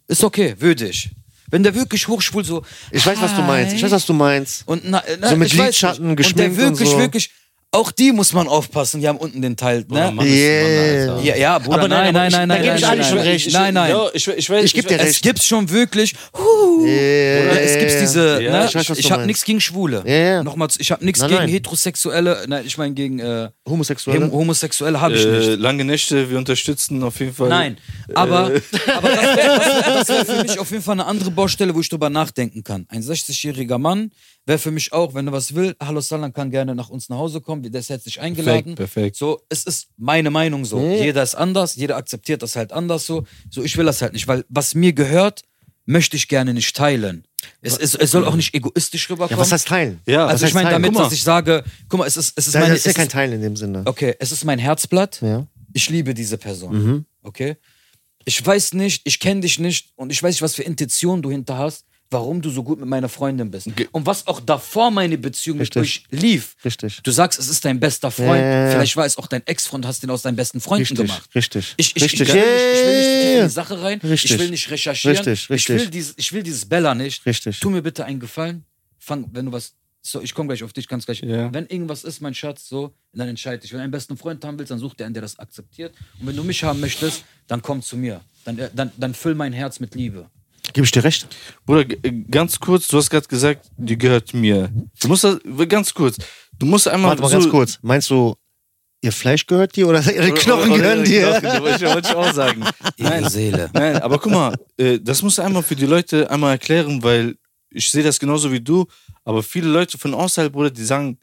S2: Ist okay, würde ich. Wenn der wirklich hochschwul so.
S3: Ich weiß, was du meinst. Ich weiß, was du meinst.
S2: Und na, na,
S3: So mit
S2: ich weiß nicht.
S3: Lidschatten,
S2: Und
S3: geschminkt
S2: der
S3: und
S2: wirklich,
S3: so.
S2: wirklich. Auch die muss man aufpassen, die haben unten den Teil. Ne?
S1: Mann, ist ein Mann, Alter.
S2: ja, ja, Bruder,
S3: Aber
S2: nein,
S3: nein,
S2: nein,
S3: aber
S2: nein, nein. nein,
S3: ich- da geb ich allen
S2: nein,
S3: schon
S2: nein.
S3: recht.
S2: Nein, nein.
S1: Ja, ich, ich, weiß-
S3: Ich geb dir
S1: weiß-
S3: recht.
S2: Es gibt schon wirklich. Huh,
S3: Yeah.
S2: es gibt diese.
S1: Ja,
S2: ne,
S3: ich
S2: ich
S3: weiß, was du
S2: habe
S3: meinst.
S2: nichts gegen Schwule.
S3: Ja, ja.
S2: Nochmal, zu- ich habe nichts
S3: Nein,
S2: gegen
S3: nein.
S2: heterosexuelle. Nein, ich meine gegen äh,
S3: Homosexuelle.
S2: Hem- homosexuelle habe ich
S1: äh,
S2: nicht.
S1: lange Nächte, wir unterstützen auf jeden Fall.
S2: Nein, aber,
S3: äh,
S2: aber das wäre wär für mich auf jeden Fall eine andere Baustelle, wo ich drüber nachdenken kann. Ein 60-jähriger Mann wäre für mich auch, wenn er was will, Hallo Salam kann gerne nach uns nach Hause kommen, wir- der ist herzlich eingeladen.
S1: perfekt.
S2: So, es ist meine Meinung so. Jeder ist anders, jeder akzeptiert das halt anders so. So, ich will das halt nicht, weil was mir gehört, möchte ich gerne nicht teilen. Es, es, es soll auch nicht egoistisch rüberkommen.
S3: Ja, was heißt teilen?
S1: Ja,
S3: was
S2: also ich
S3: heißt
S2: meine
S3: teilen?
S2: damit,
S3: Guck mal,
S2: dass ich sage, guck mal, es ist, es ist
S3: da-
S2: meine...
S3: Das ist ja
S2: es ist-
S3: kein Teilen in dem Sinne.
S2: Okay, es ist mein Herzblatt.
S3: ne? Ja. Mhm.
S2: Ich liebe diese Person. Okay? Ich weiß nicht, ich kenne dich nicht und ich weiß nicht, was für Intention du hinter hast, warum du so gut mit meiner Freundin bist. Und was auch davor meine Beziehung mit euch
S3: Richtig.
S2: lief.
S3: Richtig.
S2: Du sagst, es ist dein bester Freund.
S3: Ja, ja, ja.
S2: Vielleicht war es auch dein Ex-Freund, hast den aus deinen besten Freunden
S3: Richtig.
S2: gemacht.
S3: Richtig.
S2: Ich, ich,
S3: Richtig.
S2: ich, will nicht, ich will nicht
S3: Yeah.
S2: tief in die Sache rein.
S3: Richtig.
S2: Ich will nicht recherchieren.
S3: Richtig,
S2: Ich,
S3: richtig.
S2: will dieses, ich will dieses Bella nicht.
S3: Richtig.
S2: Tu mir bitte einen Gefallen. Fang, wenn du was. So, ich komme gleich auf dich, ganz gleich.
S1: Ja.
S2: Wenn irgendwas ist, mein Schatz, so, dann entscheide ich. Wenn du einen besten Freund haben willst, dann such dir einen, der das akzeptiert. Und wenn du mich haben möchtest, dann komm zu mir. Dann, äh, dann, dann füll mein Herz mit Liebe.
S3: Gebe ich dir recht?
S1: Bruder, g- äh, ganz kurz, du hast gerade gesagt, die gehört mir. Du musst das, ganz kurz, du musst einmal.
S3: Warte mal
S1: so,
S3: ganz kurz. Meinst du, ihr Fleisch gehört dir oder ihre Knochen gehören dir?
S1: Knochen, wollte ich wollte ich auch sagen. Nein,
S2: Seele.
S1: nein, aber guck mal, äh, das musst du einmal für die Leute einmal erklären, weil ich sehe das genauso wie du, aber viele Leute von außerhalb, Bruder, die sagen,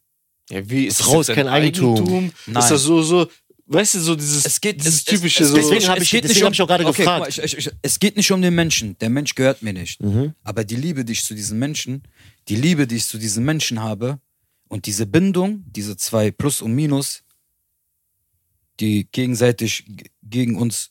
S1: ja, wie ist das
S3: Frau
S1: jetzt
S3: ist
S1: dein
S3: kein Eigentum.
S2: Nein.
S1: Ist das so, so, weißt du, so dieses,
S2: Es geht,
S1: dieses
S2: es,
S1: typische,
S2: es, es,
S1: so.
S3: Deswegen hab ich-
S2: geht
S3: deswegen
S2: nicht um,
S3: hab ich auch gerade
S2: okay,
S3: gefragt.
S2: guck mal, Ich, ich, ich, es geht nicht um den Menschen. Der Mensch gehört mir nicht.
S3: Mhm.
S2: Aber die Liebe, die ich zu diesen Menschen, die Liebe, die ich zu diesen Menschen habe und diese Bindung, diese zwei Plus und Minus, die gegenseitig g- gegen uns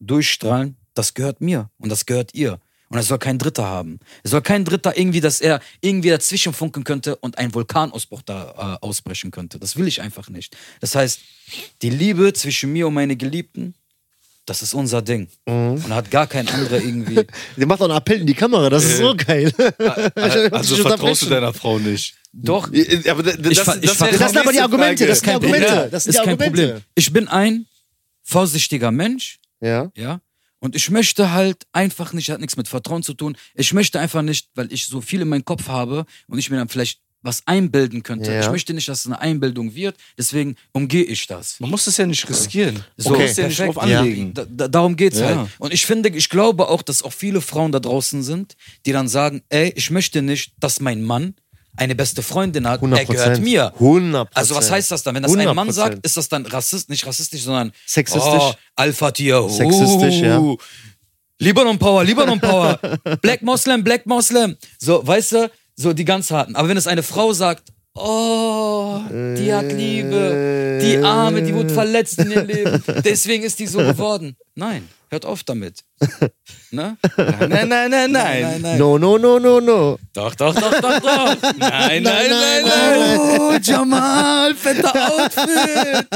S2: durchstrahlen, das gehört mir und das gehört ihr. Und es soll kein Dritter haben. Es soll kein Dritter irgendwie, dass er irgendwie dazwischen funken könnte und ein Vulkanausbruch da äh, ausbrechen könnte. Das will ich einfach nicht. Das heißt, die Liebe zwischen mir und meine Geliebten das ist unser Ding.
S3: Mhm.
S2: Und er hat gar kein anderer irgendwie.
S3: Der macht auch einen Appell in die Kamera, das ist so geil.
S1: Also vertraust du deiner Frau nicht.
S2: Doch,
S1: äh, Aber das, das,
S2: ver- ich
S1: das,
S2: ver-
S1: wäre die
S3: Das sind aber die
S1: nächste
S3: Argumente,
S1: Frage.
S3: das sind die
S2: Problem.
S3: Argumente. Das sind
S2: ist
S3: die
S2: kein Problem.
S3: Argumente.
S2: Ich bin ein vorsichtiger Mensch,
S3: Ja.
S2: ja. Und ich möchte halt einfach nicht, hat nichts mit Vertrauen zu tun. Ich möchte einfach nicht, weil ich so viel in meinem Kopf habe und ich mir dann vielleicht was einbilden könnte.
S3: Ja.
S2: Ich möchte nicht, dass es eine Einbildung wird. Deswegen umgehe ich das.
S1: Man muss das ja nicht riskieren.
S2: So,
S1: Man
S3: Okay.
S1: muss ja nicht
S2: perfekt.
S1: drauf anlegen.
S2: Da, da, darum geht's
S1: Ja.
S2: halt. Und ich finde, ich glaube auch, dass auch viele Frauen da draußen sind, die dann sagen, ey, ich möchte nicht, dass mein Mann eine beste Freundin hat.
S3: 100%.
S2: Er gehört mir.
S3: 100%.
S2: Also was heißt das dann? Wenn das ein Mann
S3: 100%.
S2: sagt, ist das dann rassistisch, nicht rassistisch, sondern
S3: Sexistisch.
S2: Oh, Alpha Tier. Uh,
S3: Sexistisch, ja.
S2: Libanon Power, Libanon Power. Black Moslem, Black Moslem. So, weißt du, so die ganz harten. Aber wenn es eine Frau sagt, oh, die hat Liebe, die Arme, die wurde verletzt in ihr Leben, deswegen ist die so geworden. Nein, hört auf damit. Ne? Nein,
S1: Nein, nein, nein,
S2: nein, nein.
S3: No, no, no, no, no.
S2: Doch, doch, doch, doch, doch. Nein, nein, nein,
S3: nein,
S2: nein. Oh, Jamal, fetter Outfit.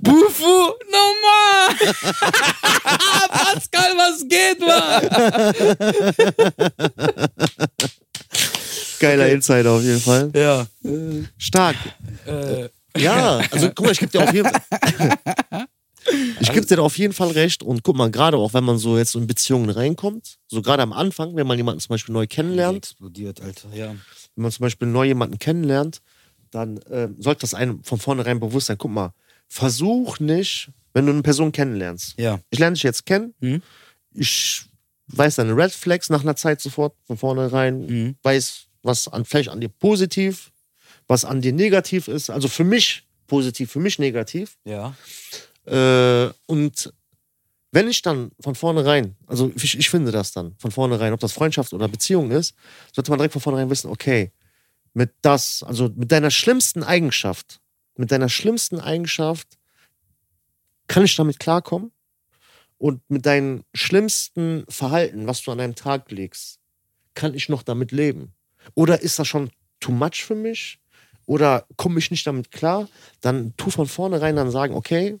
S2: Bufu, nochmal. Pascal, was geht, Mann?
S3: Geiler Insider auf jeden Fall.
S2: Ja.
S3: Stark.
S2: Äh,
S3: Ja, also guck mal, ich gebe dir auf jeden Fall. Ich gebe dir da auf jeden Fall recht und guck mal, gerade auch wenn man so jetzt so in Beziehungen reinkommt, so gerade am Anfang, wenn man jemanden zum Beispiel neu kennenlernt,
S2: explodiert, Alter, ja.
S3: wenn man zum Beispiel neu jemanden kennenlernt, dann ähm, sollte das einem von vornherein bewusst sein. Guck mal, versuch nicht, wenn du eine Person kennenlernst.
S2: Ja.
S3: Ich lerne dich jetzt kennen,
S2: Mhm.
S3: ich weiß deine Red Flags nach einer Zeit sofort von vornherein,
S2: Mhm.
S3: weiß, was an, vielleicht an dir positiv, was an dir negativ ist. Also für mich positiv, für mich negativ.
S2: Ja.
S3: Äh, und wenn ich dann von vornherein, also ich, ich finde das dann von vornherein, ob das Freundschaft oder Beziehung ist, sollte man direkt von vornherein wissen, okay, mit das, also mit deiner schlimmsten Eigenschaft, mit deiner schlimmsten Eigenschaft kann ich damit klarkommen und mit deinem schlimmsten Verhalten, was du an einem Tag legst, kann ich noch damit leben? Oder ist das schon too much für mich? Oder komme ich nicht damit klar? Dann tu von vornherein dann sagen, okay,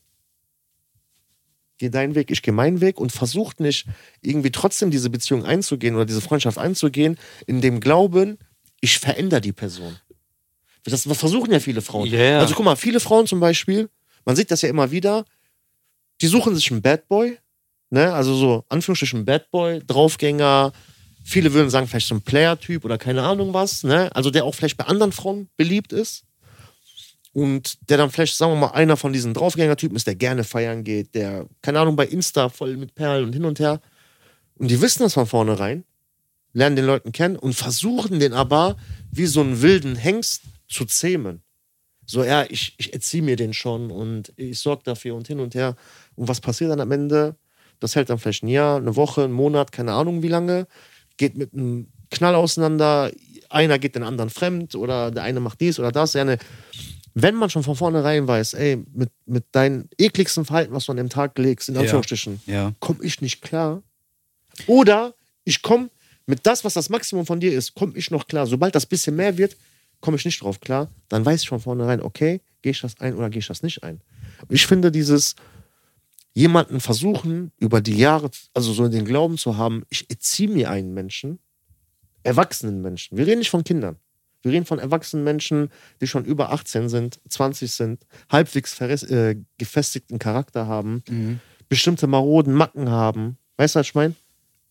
S3: geh deinen Weg, ich geh meinen Weg und versucht nicht, irgendwie trotzdem diese Beziehung einzugehen oder diese Freundschaft einzugehen, in dem Glauben, ich verändere die Person. Das versuchen ja viele Frauen.
S1: Ja, ja.
S3: Also guck mal, viele Frauen zum Beispiel, man sieht das ja immer wieder, die suchen sich einen Bad Boy, ne? also so Anführungsstrichen Bad Boy, Draufgänger, viele würden sagen, vielleicht so ein Player-Typ oder keine Ahnung was, ne? also der auch vielleicht bei anderen Frauen beliebt ist und der dann vielleicht, sagen wir mal, einer von diesen Draufgänger-Typen ist, der gerne feiern geht, der, keine Ahnung, bei Insta voll mit Perlen und hin und her. Und die wissen das von vornherein, lernen den Leuten kennen und versuchen den aber wie so einen wilden Hengst zu zähmen. So, ja, ich, ich erziehe mir den schon und ich sorge dafür und hin und her. Und was passiert dann am Ende? Das hält dann vielleicht ein Jahr, eine Woche, einen Monat, keine Ahnung wie lange. Geht mit einem Knall auseinander. Einer geht den anderen fremd oder der eine macht dies oder das. Der eine wenn man schon von vornherein weiß, ey, mit, mit deinem ekligsten Verhalten, was du an dem Tag legst, in Anführungsstrichen,
S2: Ja.
S3: komme ich nicht klar. Oder ich komme mit das, was das Maximum von dir ist, komme ich noch klar. Sobald das bisschen mehr wird, komme ich nicht drauf klar. Dann weiß ich von vornherein, okay, gehe ich das ein oder gehe ich das nicht ein. Und ich finde dieses jemanden versuchen, über die Jahre, also so den Glauben zu haben, ich erziehe mir einen Menschen, erwachsenen Menschen. Wir reden nicht von Kindern. Wir reden von erwachsenen Menschen, die schon über 18 sind, 20 sind, halbwegs verres- äh, gefestigten Charakter haben,
S2: Mhm.
S3: bestimmte maroden Macken haben. Weißt du, was ich meine?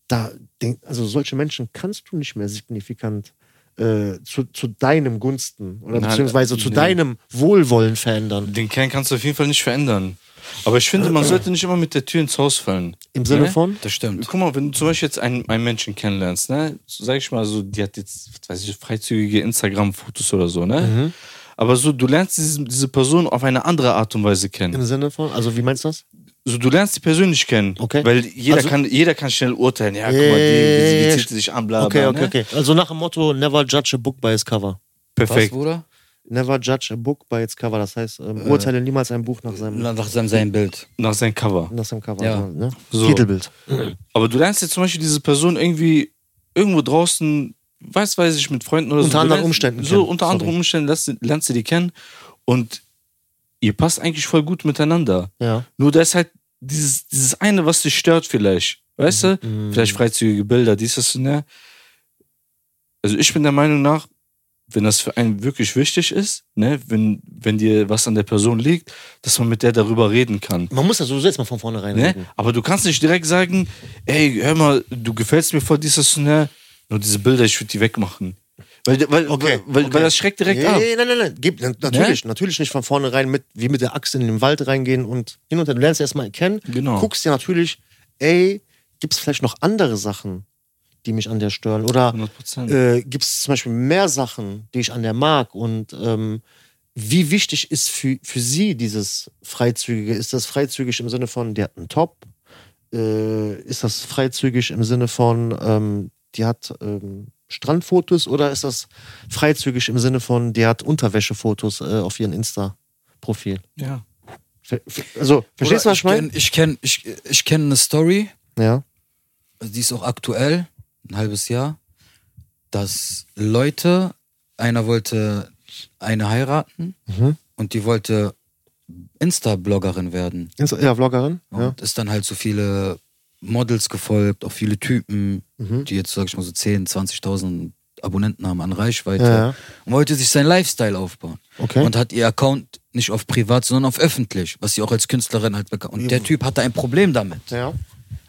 S3: Da, denk- also solche Menschen kannst du nicht mehr signifikant äh, zu, zu deinem Gunsten oder
S1: Nein,
S3: beziehungsweise zu
S1: nee.
S3: deinem Wohlwollen verändern.
S1: Den Kern kannst du auf jeden Fall nicht verändern. Aber ich finde, man sollte nicht immer mit der Tür ins Haus fallen.
S3: Im Sinne
S2: Ne?
S3: von,
S2: Das stimmt.
S1: Guck mal, wenn du zum Beispiel jetzt einen, einen Menschen kennenlernst, ne, so, sag ich mal so, die hat jetzt, was weiß ich, freizügige Instagram-Fotos oder so, ne? Aber so, du lernst diese, diese Person auf eine andere Art und Weise kennen.
S3: im Sinne von, also wie meinst du das?
S1: So, du lernst sie persönlich kennen.
S3: Okay.
S1: Weil jeder,
S3: Also-
S1: kann, jeder kann schnell urteilen. Ja, guck mal, die, wie, wie zieht sie sich an, bla,
S3: Okay,
S1: bla.
S3: okay,
S1: ne?
S3: okay. Also nach dem Motto, never judge a book by its cover.
S2: Was,
S1: Perfekt.
S2: Bruder?
S3: Never judge a book by its cover. Das heißt,
S1: Äh.
S3: ähm, urteile niemals ein Buch nach seinem,
S2: Nach seinem sein Bild.
S1: Nach seinem Cover.
S3: nach seinem Cover.
S2: Ja.
S3: Ne?
S1: So.
S3: Titelbild.
S1: Aber du lernst jetzt zum Beispiel diese Person irgendwie irgendwo draußen, weiß, weiß ich, mit Freunden oder so.
S3: Unter
S1: Du
S3: anderen
S1: lernst-
S3: Umständen
S1: So,
S3: kennen.
S1: unter anderen
S3: Sorry.
S1: Umständen lernst, du- lernst du die kennen und ihr passt eigentlich voll gut miteinander.
S3: Ja.
S1: Nur da ist halt dieses, dieses eine, was dich stört vielleicht, weißt du?
S3: Mhm.
S1: Vielleicht freizügige Bilder, dies, das und der. Also ich bin der Meinung nach, wenn das für einen wirklich wichtig ist, ne, wenn, wenn dir was an der Person liegt, dass man mit der darüber reden kann.
S4: Man muss das sowieso jetzt mal von vornherein
S1: Ne?
S4: reden.
S1: Aber du kannst nicht direkt sagen, ey, hör mal, du gefällst mir voll dies, das und der. Nur diese Bilder, ich würde die wegmachen. Weil, weil,
S4: Okay,
S1: weil,
S4: okay.
S1: weil das schreckt direkt
S3: Nee,
S1: ab. Ne?
S3: nee, nein, nein, nein. Gib, na- natürlich, natürlich nicht von vornherein mit, wie mit der Axt in den Wald reingehen und hin und her. Du lernst erstmal kennen.
S1: Genau.
S3: Guckst dir natürlich, ey, gibt es vielleicht noch andere Sachen, die mich an der stören? Oder
S1: 100%.
S3: äh, gibt es zum Beispiel mehr Sachen, die ich an der mag? Und ähm, wie wichtig ist für, für sie dieses Freizügige? Ist das freizügig im Sinne von, die hat einen Top? Äh, ist das freizügig im Sinne von, ähm, die hat ähm, Strandfotos oder ist das freizügig im Sinne von, die hat Unterwäschefotos äh, auf ihrem Insta-Profil?
S1: Ja.
S3: Ver- ver- Also, verstehst du,
S2: Oder
S3: was ich meine?
S2: kenn- Ich kenne ich, ich kenn eine Story,
S3: Ja.
S2: also die ist auch aktuell, ein halbes Jahr, dass Leute, einer wollte eine heiraten
S3: Mhm.
S2: und die wollte Insta-Bloggerin werden.
S3: Insta ja, Vloggerin? Ja.
S2: Und ist dann halt so viele Models gefolgt, auch viele Typen,
S3: Mhm.
S2: die jetzt, sag ich mal, so 10.000, 20.000 Abonnenten haben an Reichweite.
S3: Ja, ja.
S2: Und wollte sich seinen Lifestyle aufbauen.
S3: Okay.
S2: Und hat ihr Account nicht auf privat, sondern auf öffentlich, was sie auch als Künstlerin halt bekannt. Und der Typ hatte ein Problem damit.
S3: ja.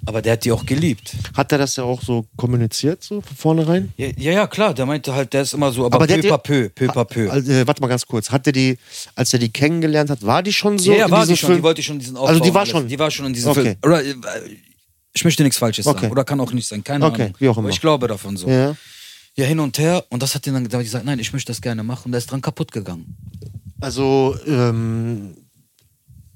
S2: Aber der hat die auch geliebt.
S3: Hat er das ja auch so kommuniziert, so von vornherein?
S2: Ja, ja, ja, klar, der meinte halt, der ist immer so, aber,
S3: Aber der
S2: peu, à
S3: hat
S2: peu, peu à peu.
S3: Also, äh, warte mal ganz kurz. Hat er die, als er die kennengelernt hat, war die schon so?
S2: ja, ja,
S3: in
S2: war
S3: diesem
S2: die schon,
S3: Film?
S2: die wollte schon diesen Aufbau.
S3: Also die war
S2: und alles.
S3: schon-
S2: Die war schon in diesem
S3: Okay.
S2: Film. Oder, äh, ich möchte nichts Falsches
S3: Okay.
S2: sagen. Oder kann auch nicht sein, keine
S3: Okay,
S2: Ahnung.
S3: wie auch
S2: Aber
S3: immer.
S2: ich glaube davon so.
S3: Ja.
S2: Ja, hin und her. Und das hat ihn dann da hab ich gesagt, nein, ich möchte das gerne machen. Und der ist dran kaputt gegangen.
S3: Also, ähm,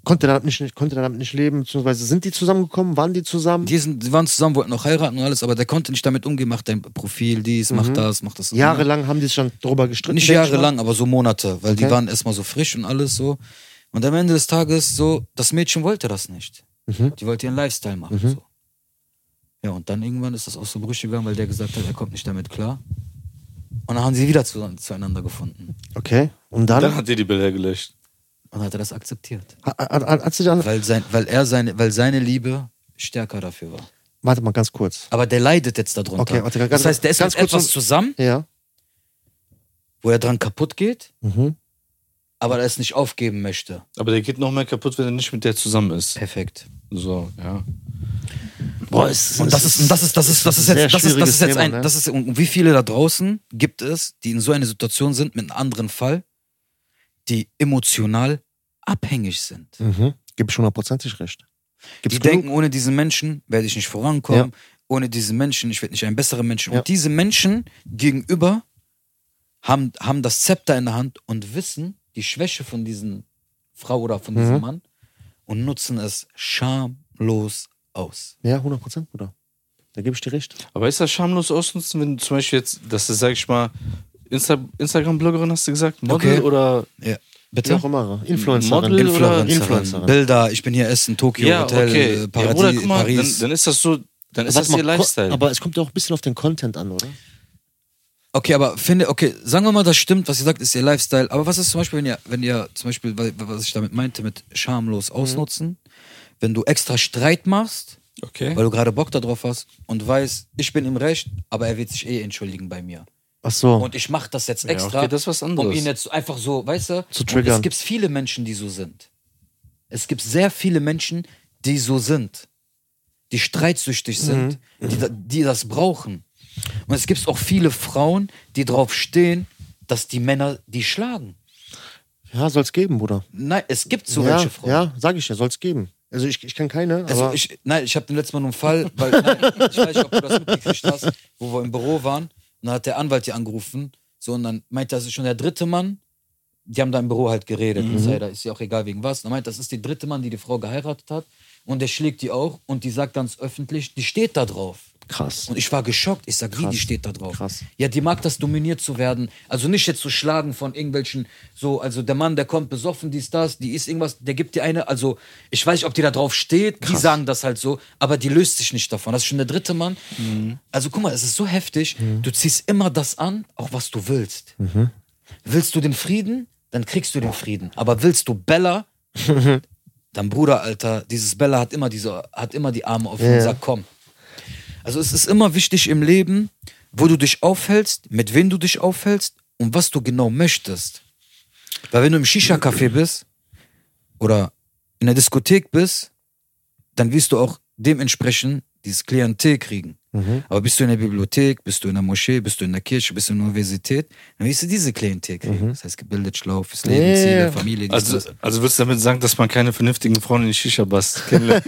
S3: konnte er damit nicht, konnte er damit nicht leben, beziehungsweise sind die zusammengekommen, waren die zusammen?
S2: Die, sind, die waren zusammen, wollten noch heiraten und alles, aber der konnte nicht damit umgehen. Macht dein Profil, dies,
S3: Mhm.
S2: macht das, macht das.
S3: jahrelang haben die sich schon drüber gestritten.
S2: Nicht
S3: denke ich
S2: jahrelang, aber so Monate, weil die
S3: Okay.
S2: waren erstmal so frisch und alles so. Und am Ende des Tages so, das Mädchen wollte das nicht.
S3: Mhm.
S2: Die wollte ihren Lifestyle machen. So. Ja, und dann irgendwann ist das aus dem Brüche gegangen, weil der gesagt hat, er kommt nicht damit klar. Und dann haben sie wieder zu, zueinander gefunden.
S3: mal. Okay. Und dann,
S1: Dann hat er die Bilder gelöscht.
S2: Und dann hat er das akzeptiert.
S3: hat, hat, hat, hat sie dann.
S2: Weil, sein, weil, er seine, weil seine Liebe stärker dafür war.
S3: Warte mal ganz kurz.
S2: Aber der leidet jetzt darunter.
S3: Okay, warte, ganz-
S2: das heißt, der ist
S3: ganz
S2: mit
S3: kurz
S2: etwas
S3: zum-
S2: zusammen,
S3: Ja.
S2: wo er dran kaputt geht,
S3: Mhm.
S2: aber er es nicht aufgeben möchte.
S1: Aber der geht noch mehr kaputt, wenn er nicht mit der zusammen ist.
S2: Perfekt.
S1: So, ja.
S3: Boah, es,
S2: Und das ist, und das ist, das ist, das ist jetzt, das ist, das ist jetzt ein, das ist, und wie viele da draußen gibt es, die in so einer Situation sind mit einem anderen Fall, die emotional abhängig sind.
S3: mhm. Gib ich hundertprozentig recht. Gibt's
S2: die
S3: genug?
S2: denken, ohne diesen Menschen werde ich nicht vorankommen, ohne diesen Menschen, ich werde nicht ein besserer Mensch.
S3: Ja.
S2: Und diese Menschen gegenüber haben, haben das Zepter in der Hand und wissen die Schwäche von diesen Frau oder von diesem
S3: Mhm.
S2: Mann und nutzen es schamlos aus.
S3: Ja, hundertprozentig, Bruder. Da gebe ich dir recht.
S1: Aber ist das schamlos ausnutzen, wenn du zum Beispiel jetzt, dass du, sag ich mal, Insta Instagram-Bloggerin hast du gesagt? Model
S2: Okay.
S1: oder.
S2: Ja.
S3: Wie
S2: Bitte?
S3: auch immer. Influencerin.
S1: Model oder-
S3: Influencerin.
S2: Bilder, ich bin hier Essen, Tokio,
S1: Ja,
S2: Hotel,
S1: okay.
S2: äh, Paradis,
S1: ja, Bruder, guck mal,
S2: Paris.
S1: Dann, dann ist das so. Dann ist das
S3: Warte
S1: ihr
S3: mal, ko-
S1: Lifestyle.
S3: Aber es kommt ja auch ein bisschen auf den Content an, oder?
S2: okay, aber finde, okay, sagen wir mal, das stimmt, was ihr sagt, ist ihr Lifestyle. Aber was ist zum Beispiel, wenn ihr, wenn ihr zum Beispiel, wa- wa- was ich damit meinte, mit schamlos ausnutzen, wenn du extra Streit machst,
S1: okay.
S2: weil du gerade Bock darauf hast und weißt, ich bin im Recht, aber er wird sich eh entschuldigen bei mir.
S3: Ach so.
S2: Und ich mache das jetzt
S1: Oh. Ja,
S2: extra,
S1: okay, das ist was
S2: um
S1: anderes.
S2: ihn jetzt einfach so, weißt du,
S3: Zu
S2: und
S3: triggern.
S2: Es gibt viele Menschen, die so sind. Es gibt sehr viele Menschen, die so sind, die streitsüchtig sind,
S1: Mhm.
S2: die, da- die das brauchen. Und es gibt auch viele Frauen, die drauf stehen, dass die Männer die schlagen.
S3: Ja, soll's geben, Bruder.
S2: Nein, es gibt so
S3: ja,
S2: welche Frauen.
S3: Ja, sag ich ja, soll's geben. Also ich, ich kann keine,
S2: Also
S3: aber
S2: ich, nein, ich habe den letzten Mal nur einen Fall, weil nein, ich weiß nicht, ob du das mitgekriegt hast, wo wir im Büro waren und dann hat der Anwalt hier angerufen, so und dann meint, das ist schon der dritte Mann. Die haben da im Büro halt geredet, und sei, da ist ja auch egal wegen was. Und er meint, das ist die dritte Mann, die die Frau geheiratet hat und der schlägt die auch und die sagt ganz öffentlich, die steht da drauf.
S3: krass.
S2: Und ich war geschockt. Ich sag, wie,
S3: Krass.
S2: die steht da drauf.
S3: Krass.
S2: Ja, die mag das, dominiert zu werden. Also nicht jetzt zu schlagen von irgendwelchen, so, also der Mann, der kommt besoffen, dies, das, die ist irgendwas, der gibt dir eine, also ich weiß nicht, ob die da drauf steht, die sagen das halt so, aber die löst sich nicht davon. Das ist schon der dritte Mann.
S3: Mhm.
S2: Also guck mal, es ist so heftig, du ziehst immer das an, auch was du willst.
S3: Mhm.
S2: Willst du den Frieden, dann kriegst du den Frieden. Aber willst du Bella, Dann Bruder, Alter, dieses Bella hat immer, diese, hat immer die Arme offen
S3: Ja.
S2: und sagt, komm. Also es ist immer wichtig im Leben, wo du dich aufhältst, mit wem du dich aufhältst und was du genau möchtest. Weil wenn du im Shisha-Café bist oder in der Diskothek bist, dann wirst du auch dementsprechend dieses Klientel kriegen.
S3: Mhm.
S2: Aber bist du in der Bibliothek, bist du in der Moschee, bist du in der Kirche, bist du in der Universität, dann wirst du diese Klientel kriegen. Das heißt, gebildet, schlau, fürs Leben,
S3: Mhm. Ja,
S2: Ziele,
S3: ja, ja.
S2: Familie, dies,
S1: Also,
S2: das.
S1: also würdest du damit sagen, dass man keine vernünftigen Frauen in Shisha-Bars kennenlernt?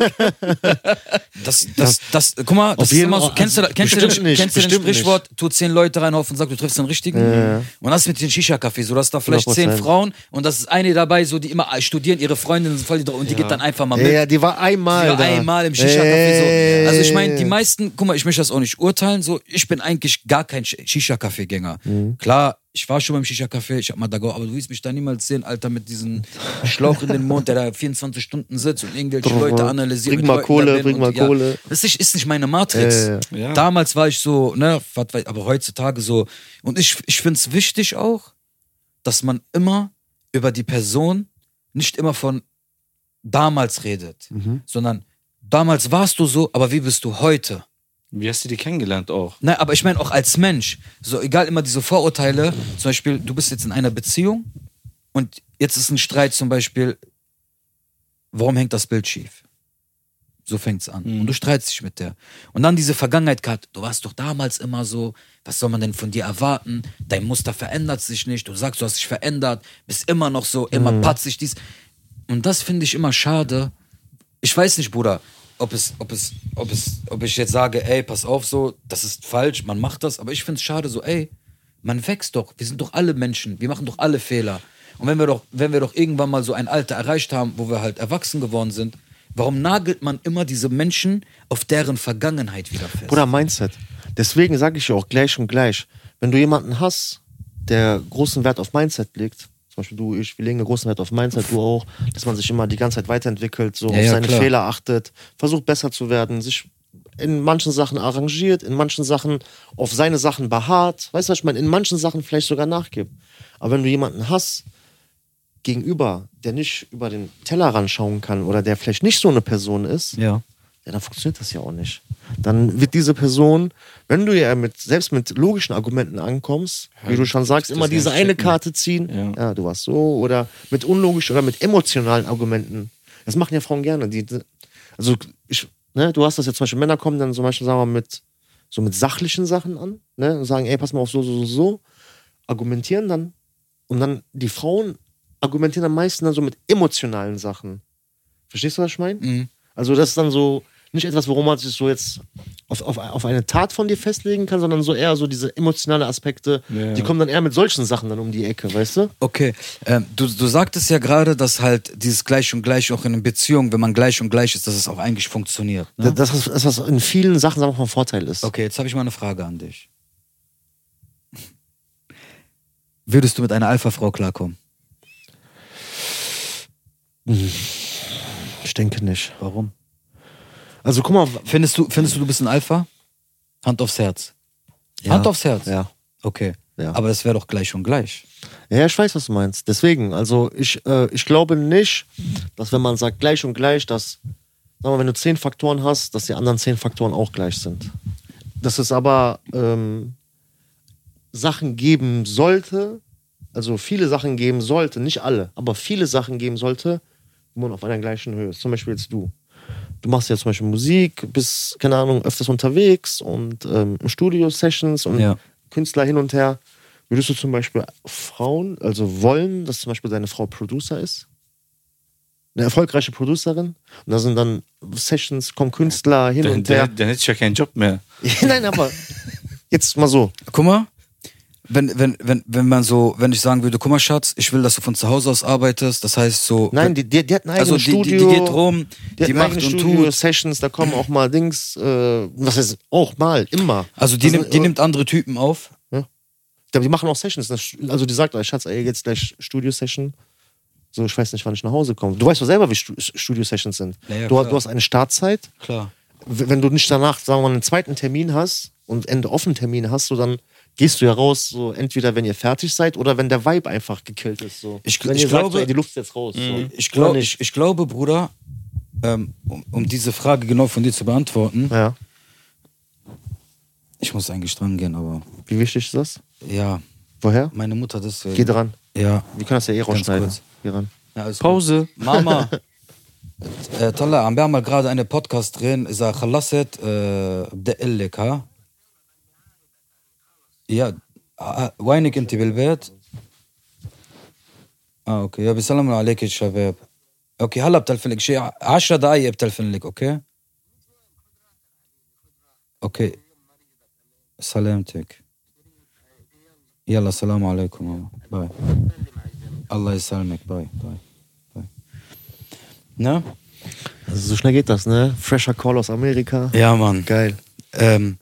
S2: Das, das, das, guck mal, das ist
S3: jeden
S2: immer so.
S3: Fall.
S2: Kennst du, da- kennst du, den,
S3: Bestimmt nicht,
S2: kennst du den
S3: bestimmt nicht.
S2: Sprichwort, tu zehn Leute rein, hoffen, sag, du triffst den richtigen?
S3: Ja.
S2: Und das mit den Shisha-Cafés, so, dass da vielleicht zehn
S3: 100%.
S2: Frauen und das ist eine dabei, so, die immer studieren, ihre Freundinnen sind voll die drauf und die geht dann einfach mal
S3: Ja,
S2: mit.
S3: ja, die war einmal.
S2: Sogar
S3: da.
S2: einmal im Shisha-Café. So. Also ich meine, die meisten, guck mal, ich möchte das auch nicht urteilen. So, ich bin eigentlich gar kein Sch- Shisha-Café-Gänger.
S3: Mhm.
S2: Klar, ich war schon beim Shisha-Café, ich hab mal da gehauen, aber du wirst mich da niemals sehen, Alter, mit diesem Schlauch in den Mund, der da 24 Stunden sitzt und irgendwelche
S3: Drrr.
S2: Leute analysiert.
S3: Bring
S2: mit
S3: mal
S2: Leuten
S3: Kohle,
S2: da bin
S3: bring
S2: und-
S3: mal Kohle.
S2: Das ist, ist nicht meine Matrix.
S3: Ja,
S1: ja, ja. Ja.
S2: Damals war ich so, ne, was weiß- aber heutzutage so. Und ich, ich finde es wichtig auch, dass man immer über die Person nicht immer von damals redet,
S3: Mhm.
S2: sondern damals warst du so, aber wie bist du heute?
S1: Wie hast du die kennengelernt auch?
S2: Nein, aber ich meine auch als Mensch. So egal immer diese Vorurteile, zum Beispiel, du bist jetzt in einer Beziehung und jetzt ist ein Streit zum Beispiel, warum hängt das Bild schief? So fängt's an. Und du streitst dich mit der. Und dann diese Vergangenheit gehabt, du warst doch damals immer so, was soll man denn von dir erwarten? Dein Muster verändert sich nicht, du sagst, du hast dich verändert, bist immer noch so, immer patzig dies. Und das finde ich immer schade. Ich weiß nicht, Bruder, ob es, ob es, ob es, ob ich jetzt sage, ey, pass auf, so, das ist falsch, man macht das, aber ich finde es schade, so, ey, man wächst doch, wir sind doch alle Menschen, wir machen doch alle Fehler. Und wenn wir doch, wenn wir doch irgendwann mal so ein Alter erreicht haben, wo wir halt erwachsen geworden sind, warum nagelt man immer diese Menschen auf deren Vergangenheit wieder fest?
S3: Bruder, Mindset. Deswegen sage ich ja auch gleich und gleich. Wenn du jemanden hast, der großen Wert auf Mindset legt, zum Beispiel du, ich, wir legen einen großen Wert auf Mindset, du auch, dass man sich immer die ganze Zeit weiterentwickelt, so
S2: Ja,
S3: auf
S2: ja,
S3: seine
S2: klar.
S3: Fehler achtet, versucht besser zu werden, sich in manchen Sachen arrangiert, in manchen Sachen auf seine Sachen beharrt, weißt du, was ich meine, in manchen Sachen vielleicht sogar nachgibt. Aber wenn du jemanden hast, gegenüber, der nicht über den Tellerrand schauen kann oder der vielleicht nicht so eine Person ist,
S2: ja.
S3: ja, dann funktioniert das ja auch nicht. Dann wird diese Person, wenn du ja mit, selbst mit logischen Argumenten ankommst, wie du schon sagst,
S1: das
S3: immer
S1: gar
S3: diese
S1: nicht
S3: eine
S1: checken.
S3: Karte ziehen, ja.
S1: Ja.
S3: du warst so, oder mit unlogischen oder mit emotionalen Argumenten. Das machen ja Frauen gerne. Die, also, ich, ne, du hast das ja zum Beispiel, Männer kommen dann zum Beispiel, sagen wir mal, mit, so mit sachlichen Sachen an ne, und sagen, ey, pass mal auf, so, so, so, so, argumentieren dann. Und dann, die Frauen argumentieren am meisten dann so mit emotionalen Sachen. Verstehst du, was ich meine?
S2: Mhm.
S3: Also das ist dann so nicht etwas, worum man sich so jetzt auf, auf, auf eine Tat von dir festlegen kann, sondern so eher so diese emotionale Aspekte,
S1: Ja.
S3: die kommen dann eher mit solchen Sachen dann um die Ecke, weißt du?
S2: Okay, ähm, du, du sagtest ja gerade, dass halt dieses Gleich und Gleich auch in Beziehungen, wenn man gleich und gleich ist, dass es auch eigentlich funktioniert. Ne?
S3: Das, das ist was in vielen Sachen sagen wir mal, von Vorteil ist.
S2: Okay, jetzt habe ich mal eine Frage an dich. Würdest du mit einer Alpha-Frau klarkommen?
S3: Ich denke nicht.
S2: Warum?
S3: Also guck mal,
S2: Findest du, findest du, du bist ein Alpha? Hand aufs Herz.
S3: Ja.
S2: Hand aufs Herz.
S3: ja.
S2: Okay.
S3: Ja.
S2: Aber das wäre doch gleich und gleich.
S3: Ja, ich weiß, was du meinst. Deswegen, also ich, äh, ich glaube nicht, dass wenn man sagt gleich und gleich, dass, sagen wir, wenn du zehn Faktoren hast, dass die anderen zehn Faktoren auch gleich sind. Dass es aber ähm, Sachen geben sollte, also viele Sachen geben sollte, nicht alle, aber viele Sachen geben sollte, wo man auf einer gleichen Höhe ist. Zum Beispiel jetzt du. Du machst ja zum Beispiel Musik, bist, keine Ahnung, öfters unterwegs und ähm, Studio-Sessions und
S2: Ja.
S3: Künstler hin und her. Würdest du zum Beispiel Frauen, also wollen, dass zum Beispiel deine Frau Producer ist? Eine erfolgreiche Producerin? Und da sind dann Sessions, kommen Künstler hin
S1: Dann,
S3: und her.
S1: dann, dann hätte ich ja keinen Job mehr.
S3: Nein, aber jetzt mal so.
S2: Guck mal, wenn, wenn, wenn, wenn man so, wenn ich sagen würde, guck mal, Schatz, ich will, dass du von zu Hause aus arbeitest, das heißt so.
S3: Nein, die, die, die hat ein eigenes
S2: also die, die,
S3: Studio.
S2: die geht rum,
S3: Die,
S2: die,
S3: hat
S2: macht und
S3: Studio,
S2: tut.
S3: Sessions, da kommen auch mal Dings, äh, was heißt, auch mal, immer.
S2: Also die,
S3: Das
S2: nimmt,
S3: sind,
S2: die
S3: äh,
S2: nimmt andere Typen auf.
S3: Ja, Die machen auch Sessions. Das- Also die sagt, ey, Schatz, ey, jetzt gleich Studio-Session. So, ich weiß nicht, wann ich nach Hause komme. Du weißt doch selber, wie Stu- Studio-Sessions sind.
S2: Ja, ja,
S3: du,
S2: klar.
S3: du hast eine Startzeit.
S2: Klar.
S3: W- Wenn du nicht danach, sagen wir mal, einen zweiten Termin hast und Ende offen Termin hast, so dann gehst du ja raus, so entweder wenn ihr fertig seid oder wenn der Vibe einfach gekillt ist. So.
S2: Ich-
S3: wenn
S2: ich
S3: ihr sagt,
S2: glaube- Mhm.
S3: so, ey, die Luft ist jetzt raus. So.
S2: Ich, glaub,
S3: Oder
S2: ich, ich glaube, Bruder, ähm, um, um diese Frage genau von dir zu beantworten,
S3: Ja.
S2: ich muss eigentlich dran gehen, aber
S3: Wie wichtig ist das?
S2: ja,
S3: Woher?
S2: meine Mutter deswegen.
S3: Geh dran.
S2: Ja.
S3: Wir können das ja eh rausschneiden.
S2: kurz.
S3: Geh ran.
S2: Na, alles gut.
S1: Pause.
S2: Mama. äh, طلع عم بعمل gerade einen Podcast drehen er اذا خلصت آه، بدي اقول لك ها يا آه، وينك انت بالبيت؟ اه اوكي يا بسلام عليك يا شباب اوكي هلا بتلفن لك شيء 10 دقائق بتلفن لك اوكي؟ اوكي سلامتك يلا سلام عليكم ماما باي الله يسلمك باي باي باي ne?
S3: Also so schnell geht das, ne? Fresher Call aus Amerika.
S2: Ja, Mann.
S3: Geil.
S2: Ähm,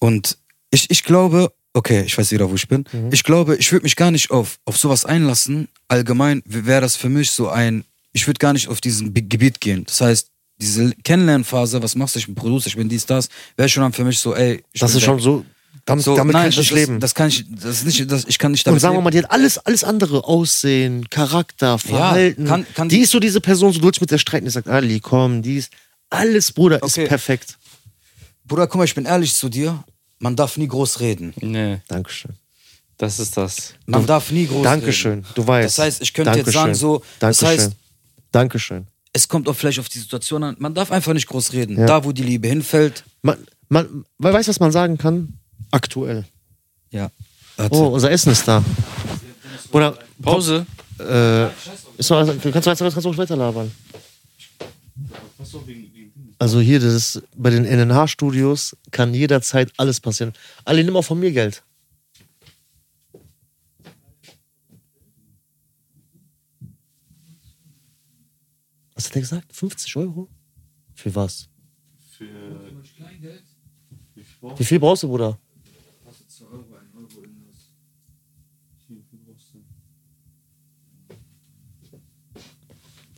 S2: und ich, ich glaube, okay, ich weiß wieder, wo ich bin.
S3: Mhm.
S2: Ich glaube, ich würde mich gar nicht auf, auf sowas einlassen. Allgemein wäre das für mich so ein, ich würde gar nicht auf diesen Be- Gebiet gehen. Das heißt, diese Kennenlernphase, was machst du, ich bin Producer, ich bin dies, das, wäre schon dann für mich so, ey, ich
S3: Das
S2: bin
S3: ist schon
S2: weg.
S3: so. Damit,
S2: so,
S3: damit
S2: nein,
S3: kann ich
S2: das
S3: nicht
S2: ist-
S3: leben.
S2: Das kann ich, das ist nicht, das, ich kann nicht damit
S3: und sagen wir
S2: leben.
S3: mal, die hat alles, alles andere, Aussehen, Charakter, Verhalten.
S2: kann- kann
S3: die
S2: die-
S3: ist so diese Person, so durch mit der streiten, die sagt, Ali, komm, die ist, alles, Bruder,
S2: Okay.
S3: ist perfekt.
S2: Bruder, guck mal, ich bin ehrlich zu dir, man darf nie groß reden.
S1: Nee,
S3: Dankeschön.
S1: das ist das.
S2: Man darf nie groß reden.
S3: Dankeschön, du weißt.
S2: Das heißt, ich könnte jetzt sagen, so, das
S3: Dankeschön.
S2: heißt-
S3: Dankeschön.
S2: es kommt auch vielleicht auf die Situation an. Man darf einfach nicht groß reden.
S3: Ja.
S2: Da, wo die Liebe hinfällt,
S3: Man, man, man weiß, was man sagen kann? Aktuell.
S2: ja. Warte.
S3: Oh, unser Essen ist da. Bruder,
S1: Pause.
S3: äh, ist noch, alles- kannst du kannst, du- kannst du ruhig weiterlabern. Also hier, das ist, bei den NNH-Studios kann jederzeit alles passieren. Ali, nimm auch von mir Geld. Was hat er gesagt? 50 Euro? Für was? Für. Wie viel brauchst du, Bruder?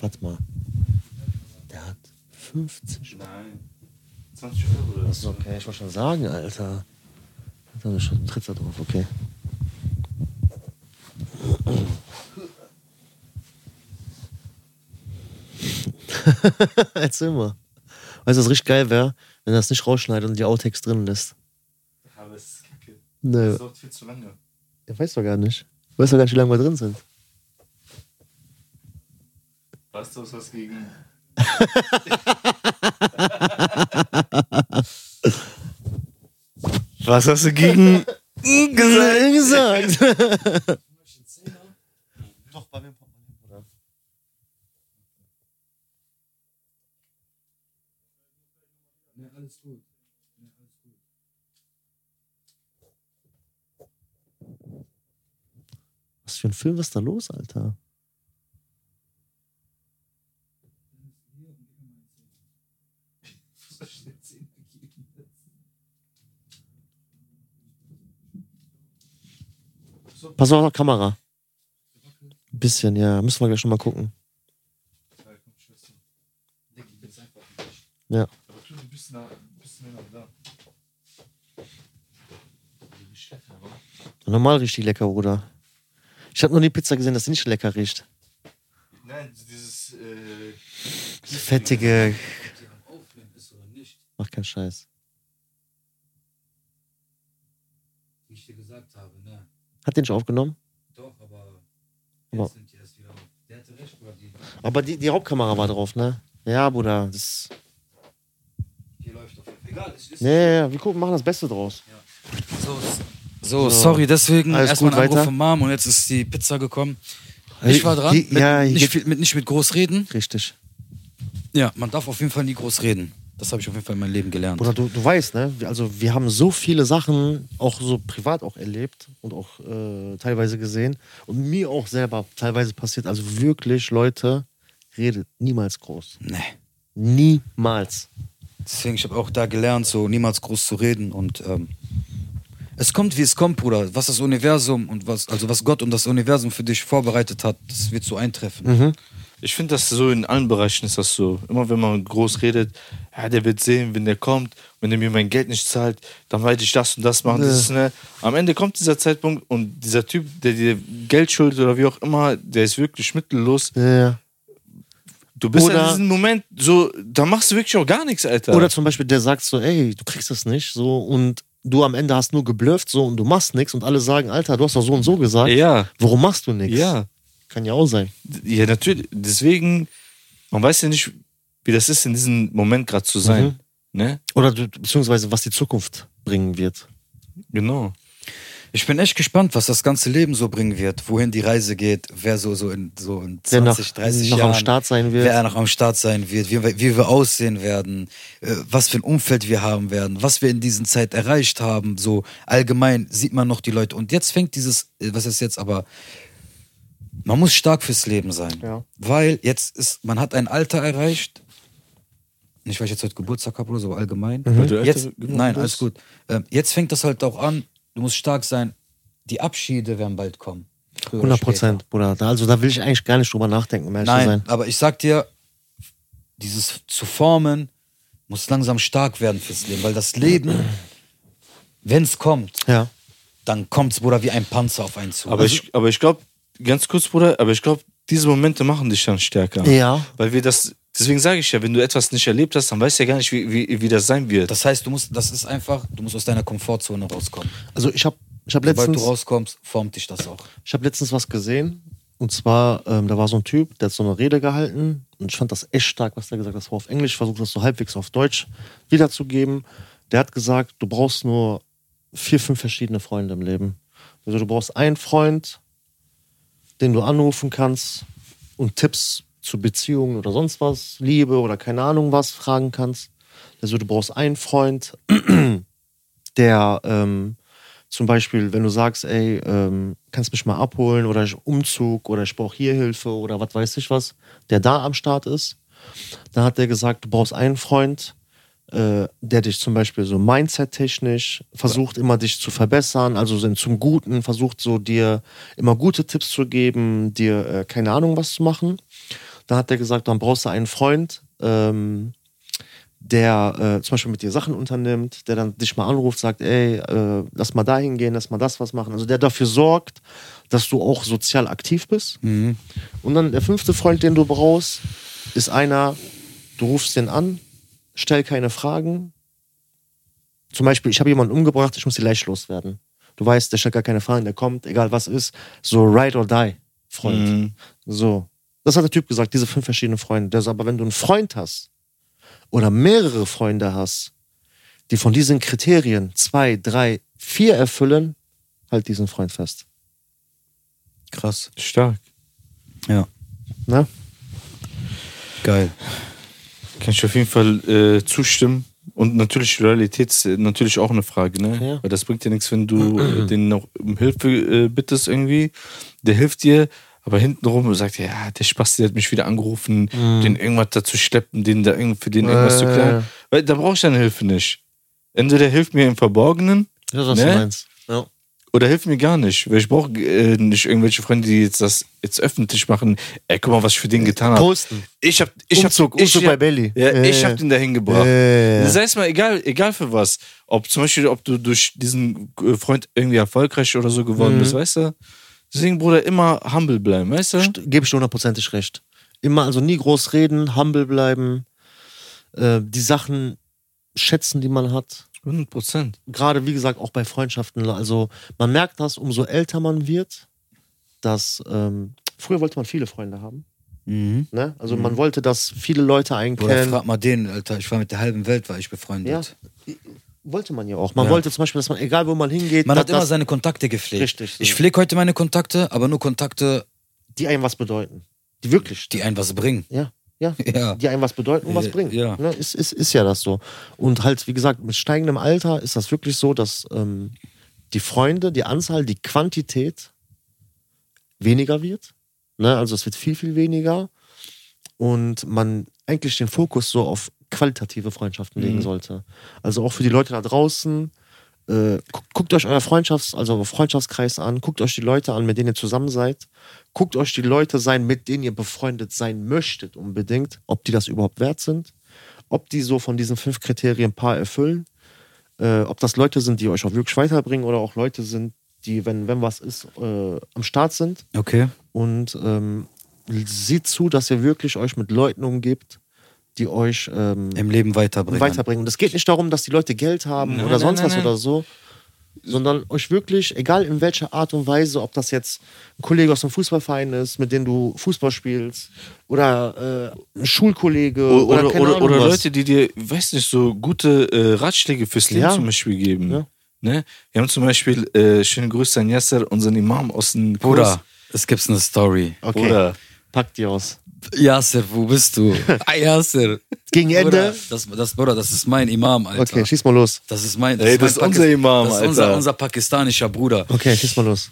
S3: Warte mal. Der hat 50.
S1: Nein. 20 Euro oder
S3: Achso, okay, ich wollte schon sagen, Alter. Da ist schon ein Tritt da drauf, okay. Erzähl mal. Weißt du, was richtig geil wäre, wenn er das nicht rausschneidet und die Outtakes drin lässt?
S1: Aber das ist kacke.
S3: Nö,
S1: dauert viel zu lange.
S3: ich weiß doch gar nicht. Ich weiß doch gar nicht, wie lange wir drin sind.
S1: Weißt du was, was gegen.
S3: Was hast du gegen gesagt? Doch, bei wem Bruder? Was für ein Film, was ist da los, Alter? Pass auf, Kamera. Ein bisschen, ja. Müssen wir gleich schon mal gucken. Ja.
S1: Aber tu ein bisschen, ein bisschen mehr nach da.
S3: Normal riecht die lecker, Bruder. Ich habe noch nie Pizza gesehen, dass die nicht lecker riecht.
S1: Nein, dieses. Äh,
S3: Diese fettige. Mach keinen Scheiß.
S2: Wie ich dir gesagt habe, ne?
S3: Hat den nicht aufgenommen?
S2: Doch, aber
S3: jetzt Aber-
S2: nimmt ihr das wieder auf. Der hatte recht, Bruder. Die,
S3: Aber die, die Hauptkamera war drauf, ne? Ja, Bruder. Das,
S2: läuft auf. Egal, es ist
S3: nee, ja, ja, wir gucken, machen das Beste draus.
S2: so. So, sorry, deswegen
S3: Alles
S2: erstmal
S3: gut,
S2: ein Anruf
S3: weiter.
S2: von Mom und jetzt ist die Pizza gekommen.
S3: Also,
S2: Ich war dran.
S3: die-
S2: mit,
S3: ja, hier
S2: nicht,
S3: geht-
S2: viel, mit, nicht mit groß reden.
S3: Richtig.
S2: Ja, man darf auf jeden Fall nie groß reden. Das habe ich auf jeden Fall in meinem Leben gelernt.
S3: Bruder, du, du weißt, ne? Wir- Also, wir haben so viele Sachen auch so privat auch erlebt und auch äh, teilweise gesehen. Und mir auch selber teilweise passiert. Also wirklich, Leute, redet niemals groß.
S2: Nee.
S3: Niemals.
S2: Deswegen, ich habe auch da gelernt, so niemals groß zu reden und ähm, es kommt, wie es kommt, Bruder. Was
S3: Mhm.
S2: das Universum und was, also was Gott und das Universum für dich vorbereitet hat, das wird so eintreffen.
S1: Ich finde das so in allen Bereichen ist das so. Immer wenn man groß redet, ja, der wird sehen, wenn der kommt, wenn der mir mein Geld nicht zahlt, dann werde ich das und das machen. Das ist, ne? Am Ende kommt dieser Zeitpunkt und dieser Typ, der dir Geld schuldet oder wie auch immer, der ist wirklich mittellos.
S3: Ja.
S1: Du bist
S3: Oder-
S1: in diesem Moment so, da machst du wirklich auch gar nichts, Alter.
S3: Oder zum Beispiel, der sagt so, ey, du kriegst das nicht, so und du am Ende hast nur geblufft, so und du machst nichts und alle sagen, Alter, du hast doch so und so gesagt.
S1: ja,
S3: Warum machst du nichts?
S1: ja.
S3: Kann ja auch sein.
S1: Ja, natürlich. Deswegen, man weiß ja nicht, wie das ist, in diesem Moment gerade zu sein. Ne?
S3: Oder du, beziehungsweise was die Zukunft bringen wird.
S1: Genau.
S2: Ich bin echt gespannt, was das ganze Leben so bringen wird, wohin die Reise geht, wer so, so, in, so in
S3: Wer noch,
S2: 20, 30
S3: noch
S2: Jahren
S3: am Start sein wird.
S2: wer er noch am Start sein wird, wie, wir- wie wir aussehen werden, äh, was für ein Umfeld wir haben werden, was wir in diesen Zeit erreicht haben. So allgemein sieht man noch die Leute. Und jetzt fängt dieses, äh, was ist jetzt aber, man muss stark fürs Leben sein.
S3: Ja.
S2: Weil jetzt ist, man hat ein Alter erreicht. Nicht, weil ich jetzt heute Geburtstag habe oder so, aber allgemein.
S1: Mhm. Weil du älter
S2: Jetzt,
S1: geworden
S2: nein,
S1: bist?
S2: alles gut. Ähm, jetzt fängt das halt auch an. Du musst stark sein. Die Abschiede werden bald kommen. Früher oder
S3: 100
S2: später.
S3: Prozent, Bruder. Da- Also da will ich eigentlich gar nicht drüber nachdenken, um ehrlich zu
S2: Nein,
S3: sein.
S2: aber ich sag dir, dieses zu formen muss langsam stark werden fürs Leben, weil das Leben, wenn es kommt,
S3: Ja.
S2: dann kommt's, Bruder, wie ein Panzer auf einen zu.
S1: Aber ich, aber ich glaube, ganz kurz, Bruder, aber ich glaube, diese Momente machen dich dann stärker.
S3: Ja.
S1: Weil wir das, deswegen sage ich ja, wenn du etwas nicht erlebt hast, dann weißt du ja gar nicht, wie, wie, wie das sein wird.
S2: das heißt, du musst, das ist einfach, du musst aus deiner Komfortzone rauskommen.
S3: Also ich habe ich hab
S2: Sobald
S3: letztens.
S2: du rauskommst, formt dich das auch.
S3: Ich habe letztens was gesehen. Und zwar, ähm, da war so ein Typ, der hat so eine Rede gehalten. Und ich fand das echt stark, was der gesagt hat. Das war auf Englisch, versucht das so halbwegs auf Deutsch wiederzugeben. Der hat gesagt, du brauchst nur vier, fünf verschiedene Freunde im Leben. Also du brauchst einen Freund, den du anrufen kannst und Tipps zu Beziehungen oder sonst was, Liebe oder keine Ahnung was fragen kannst. Also du brauchst einen Freund, der ähm, zum Beispiel, wenn du sagst, ey, ähm, kannst mich mal abholen oder ich Umzug oder ich brauche hier Hilfe oder was weiß ich was, der da am Start ist, dann hat der gesagt, du brauchst einen Freund, äh, der dich zum Beispiel so mindset-technisch versucht, immer dich zu verbessern, also so zum Guten, versucht so dir immer gute Tipps zu geben, dir äh, keine Ahnung was zu machen. Dann hat der gesagt, dann brauchst du einen Freund, ähm, der äh, zum Beispiel mit dir Sachen unternimmt, der dann dich mal anruft, sagt, ey, äh, lass mal dahin gehen, lass mal das was machen. Also der dafür sorgt, dass du auch sozial aktiv bist. Und dann der fünfte Freund, den du brauchst, ist einer, du rufst den an, stell keine Fragen. Zum Beispiel, ich habe jemanden umgebracht, ich muss die Leiche loswerden. Du weißt, der stellt gar keine Fragen, der kommt, egal was ist. So ride or die, Freund.
S1: Mhm.
S3: So. Das hat der Typ gesagt, diese fünf verschiedenen Freunde. Der sagt, aber wenn du einen Freund hast oder mehrere Freunde hast, die von diesen Kriterien zwei, drei, vier erfüllen, halt diesen Freund fest.
S2: Krass.
S1: Stark.
S2: Ja,
S3: Ne?
S2: geil.
S1: Kann ich auf jeden Fall äh, zustimmen. Und natürlich Realität ist äh, natürlich auch eine Frage, ne?
S3: Ja.
S1: Weil das bringt dir nichts, wenn du äh, den noch um Hilfe äh, bittest irgendwie. Der hilft dir, aber hintenrum sagt er, ja, der Spasti hat mich wieder angerufen,
S3: Mhm.
S1: den irgendwas dazu schleppen, den da irgend- für den irgendwas zu
S3: Äh.
S1: klären. Weil da brauche ich deine Hilfe nicht. Entweder hilft mir im Verborgenen
S3: Das ist,
S1: was du Ne?
S3: meinst. Ja.
S1: oder hilft mir gar nicht. Weil ich brauche äh, nicht irgendwelche Freunde, die jetzt das jetzt öffentlich machen. Ey, guck mal, was ich für den getan habe.
S3: Posten.
S1: Ich hab, Ah. ich hab,
S3: Umzug,
S1: ich,
S3: Umzug
S1: hab-
S3: bei Belly.
S1: Ja,
S3: Äh.
S1: ich hab den dahin gebracht.
S3: Äh.
S1: Sei es mal egal, egal für was. Ob zum Beispiel, ob du durch diesen äh, Freund irgendwie erfolgreich oder so geworden bist, weißt du? Deswegen, Bruder, immer humble bleiben, weißt du?
S3: Gebe ich dir hundertprozentig recht. Immer, also nie groß reden, humble bleiben, äh, die Sachen schätzen, die man hat.
S1: 100 Prozent.
S3: gerade wie gesagt auch bei Freundschaften, also man merkt das, umso älter man wird, dass ähm, früher wollte man viele Freunde haben.
S2: Mhm.
S3: Ne? Also man wollte, dass viele Leute einen
S2: Bruder,
S3: kennen.
S2: frag mal den, Alter. Ich war mit der halben Welt, war ich befreundet.
S3: Wollte man ja auch. Man
S2: Ja.
S3: wollte zum Beispiel, dass man, egal wo man hingeht,
S2: Man
S3: dass,
S2: hat immer
S3: dass
S2: seine Kontakte gepflegt.
S3: Richtig, so.
S2: Ich pflege heute meine Kontakte, aber nur Kontakte,
S3: die einem was bedeuten. Die wirklich.
S2: die einem was bringen.
S3: ja, ja.
S2: Ja.
S3: Die einem was bedeuten und was
S2: Ja,
S3: bringen.
S2: ja.
S3: Ne? Ist, ist, ist ja das so. Und halt, wie gesagt, mit steigendem Alter ist das wirklich so, dass ähm, die Freunde, die Anzahl, die Quantität weniger wird. Ne? Also es wird viel, viel weniger. Und man eigentlich
S2: Mhm.
S3: den Fokus so auf qualitative Freundschaften legen sollte. Also auch für die Leute da draußen, äh, gu- guckt euch euer Freundschafts-, also euren Freundschaftskreis an, guckt euch die Leute an, mit denen ihr zusammen seid, guckt euch die Leute sein, mit denen ihr befreundet sein möchtet unbedingt, ob die das überhaupt wert sind, ob die so von diesen fünf Kriterien ein paar erfüllen, äh, ob das Leute sind, die euch auch wirklich weiterbringen oder auch Leute sind, die, wenn, wenn was ist, äh, am Start sind
S2: Okay.
S3: und ähm, sieht zu, dass ihr wirklich euch mit Leuten umgibt, die euch ähm,
S2: Im Leben weiterbringen.
S3: weiterbringen. Und es geht nicht darum, dass die Leute Geld haben
S1: Nein,
S3: oder
S1: nein,
S3: sonst
S1: nein,
S3: was
S1: nein.
S3: oder so, sondern euch wirklich, egal in welcher Art und Weise, ob das jetzt ein Kollege aus dem Fußballverein ist, mit dem du Fußball spielst, oder äh, ein Schulkollege
S1: O-
S3: oder,
S1: Oder,
S3: keine
S1: oder,
S3: Ahnung
S1: oder
S3: was.
S1: Leute, die dir, weiß nicht, so gute äh, Ratschläge fürs Leben
S3: Ja.
S1: zum Beispiel geben.
S3: Ja.
S1: Ne? Wir haben zum Beispiel, äh, schöne Grüße an Yasser, unseren Imam aus dem Kurs.
S2: Bruder, es gibt eine Story.
S3: Okay,
S1: Oder
S3: packt die aus.
S2: Yasser, wo bist du? Ah, Yasser.
S3: Gegen
S2: Bruder,
S3: Ende.
S2: das, das, Bruder, das ist mein Imam, Alter.
S3: Okay, schieß mal los.
S2: Das ist mein.
S1: Ey,
S2: mein
S1: das ist unser Imam,
S2: Das ist unser,
S1: Alter.
S2: unser pakistanischer Bruder.
S3: Okay, schieß mal los.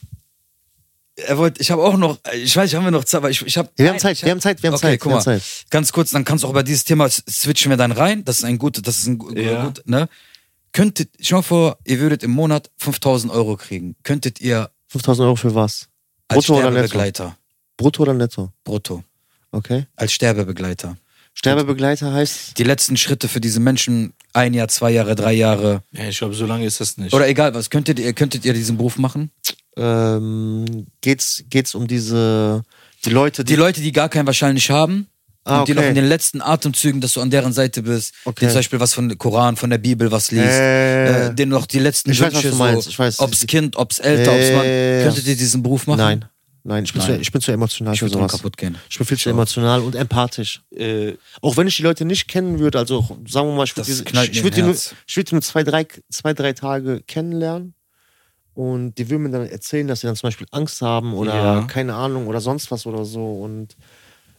S2: Er wollte, ich habe auch noch, ich weiß, haben wir noch Zeit, aber ich, ich habe.
S3: Wir haben Zeit, wir haben Zeit, wir haben
S2: okay,
S3: Zeit.
S2: guck
S3: wir
S2: mal.
S3: haben Zeit.
S2: Ganz kurz, dann kannst du auch über dieses Thema s- switchen wir dann rein. Das ist ein gut, das ist ein gut,
S1: Ja.
S2: gut ne? Könntet, schau mal vor, ihr würdet im Monat 5000 Euro kriegen. Könntet ihr
S3: 5000 Euro für was?
S2: als
S3: Brutto oder netto?
S2: Sterbebegleiter,
S3: Brutto oder netto?
S2: brutto,
S3: Okay.
S2: als Sterbebegleiter,
S3: Sterbebegleiter heißt.
S2: die letzten Schritte für diese Menschen, ein Jahr, zwei Jahre, drei Jahre
S1: Ja, ich glaube, so lange ist das nicht.
S2: oder egal was, könntet ihr, könntet ihr diesen Beruf machen?
S3: Ähm, geht's, geht's um diese die Leute, die,
S2: Die Leute, die gar keinen wahrscheinlich haben,
S3: Ah,
S2: und die noch
S3: okay.
S2: in den letzten Atemzügen, dass du an deren Seite bist,
S3: Okay.
S2: die zum Beispiel was von der Koran, von der Bibel was liest,
S3: Äh.
S2: äh, denen noch die letzten
S3: Ich weiß,
S2: Wünsche,
S3: was du meinst. Ich weiß.
S2: so, ob's Kind, ob's älter, ob's Mann,
S3: Äh.
S2: könntet ihr diesen Beruf machen?
S3: Nein, nein, ich bin,
S2: Nein.
S3: Zu, ich bin zu emotional
S2: ich
S3: für
S2: würde dran
S3: sowas.
S2: kaputt gehen.
S3: Ich bin viel zu emotional und empathisch.
S1: äh,
S3: Auch wenn ich die Leute nicht kennen würde, also auch, sagen wir mal, ich
S2: Das
S3: würde diese- ich,
S2: knallt mir
S3: ich würd
S2: im
S3: die nur,
S2: Herz.
S3: ich würd die nur zwei drei, zwei, drei Tage kennenlernen und die würden mir dann erzählen, dass sie dann zum Beispiel Angst haben oder
S1: Ja.
S3: keine Ahnung oder sonst was oder so und,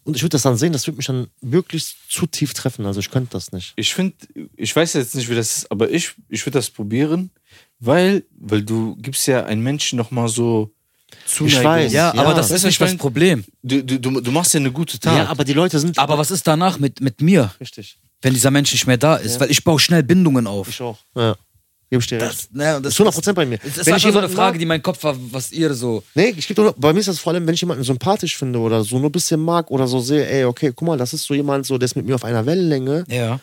S3: und ich würde das dann sehen, das würde mich dann wirklich zu tief treffen, also ich könnte das nicht.
S1: ich finde, ich weiß jetzt nicht, wie das ist, aber ich, ich würde das probieren, weil, weil du gibst ja einem Menschen nochmal so Zuneigung.
S3: weiß,
S2: Ja,
S3: Ja.
S2: aber das
S1: Weißt
S2: ist
S1: du,
S2: nicht
S1: ich
S2: das
S1: mein-
S2: Problem.
S1: Du, du, du, du machst ja eine gute Tat.
S3: Ja, aber die Leute sind
S2: Aber was ist danach mit, mit mir,
S3: richtig.
S2: wenn dieser Mensch nicht mehr da ist? Weil ich baue schnell Bindungen auf.
S3: Ich auch. Ja. Gebe ich dir recht.
S2: Das, ne, das
S3: Das ist 100% bei mir.
S2: Das ist
S3: Wenn
S2: einfach
S3: ich
S2: so eine
S3: jemanden
S2: Frage,
S3: mag-
S2: die mein Kopf war, was ihr so.
S3: Nee, ich geb dir, nur- bei mir ist das vor allem, wenn ich jemanden sympathisch finde oder so nur ein bisschen mag oder so sehe, ey, okay, guck mal, das ist so jemand, so, der ist mit mir auf einer Wellenlänge.
S2: Ja.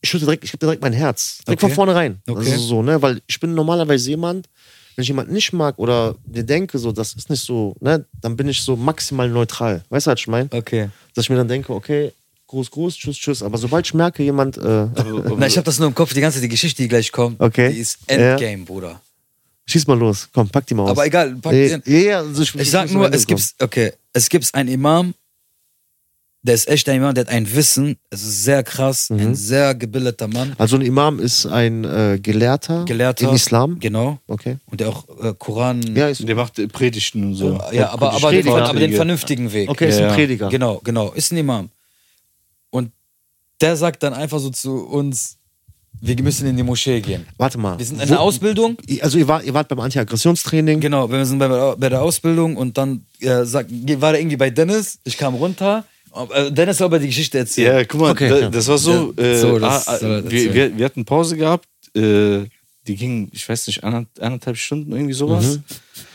S3: Ich schütte direkt, ich gebe direkt mein Herz. Direkt
S2: Okay.
S3: von vorne rein.
S2: Okay.
S3: Das ist so, ne? Weil ich bin normalerweise jemand, wenn ich jemanden nicht mag oder dir denke, so, das ist nicht so, ne, dann bin ich so maximal neutral. Weißt du, was ich meine?
S2: Okay.
S3: Dass ich mir dann denke, okay, Gruß, Gruß, tschüss, tschüss. Aber sobald ich merke, jemand, äh,
S1: Also,
S2: Na, ich habe das nur im Kopf, die ganze die Geschichte, die gleich kommt.
S3: Okay.
S2: Die ist
S3: Ja.
S2: Endgame, Bruder.
S3: schieß mal los, komm, pack die mal aus.
S2: Aber egal, pack
S3: Ey,
S2: den.
S3: ja, ja, also ich,
S2: Ich sag nur, es gibt, okay, es gibt einen Imam, der ist echt ein Imam, der hat ein Wissen, es ist sehr krass,
S3: Mhm.
S2: ein sehr gebildeter Mann,
S3: Also ein Imam ist ein äh, Gelehrter,
S2: Gelehrter.
S3: in Islam.
S2: genau,
S3: Okay.
S2: und der auch äh, Koran,
S3: Ja, ist,
S1: der macht äh, Predigten und so.
S2: ja, aber, aber, den,
S3: Prediger.
S2: aber den vernünftigen Weg.
S3: okay, ist
S1: Ja,
S3: ein
S1: ja.
S3: Prediger.
S2: Genau, genau, ist ein Imam. Und der sagt dann einfach so zu uns, wir müssen in die Moschee gehen.
S3: Warte mal.
S2: Wir sind in der Ausbildung,
S3: also ihr wart, ihr wart beim Antiaggressionstraining.
S2: Genau, wir sind bei, bei der Ausbildung und dann äh, sagt, war der irgendwie bei Dennis, ich kam runter. Äh, Dennis soll aber die Geschichte erzählen.
S1: Ja, guck mal,
S3: Okay,
S1: da,
S3: ja.
S1: das war so.
S2: Ja,
S1: äh,
S2: so, das-
S1: ah, ah,
S2: so, das-
S1: wir,
S2: ja.
S1: wir, wir hatten Pause gehabt, äh, die ging, ich weiß nicht, anderth- anderthalb Stunden, irgendwie sowas.
S2: Mhm.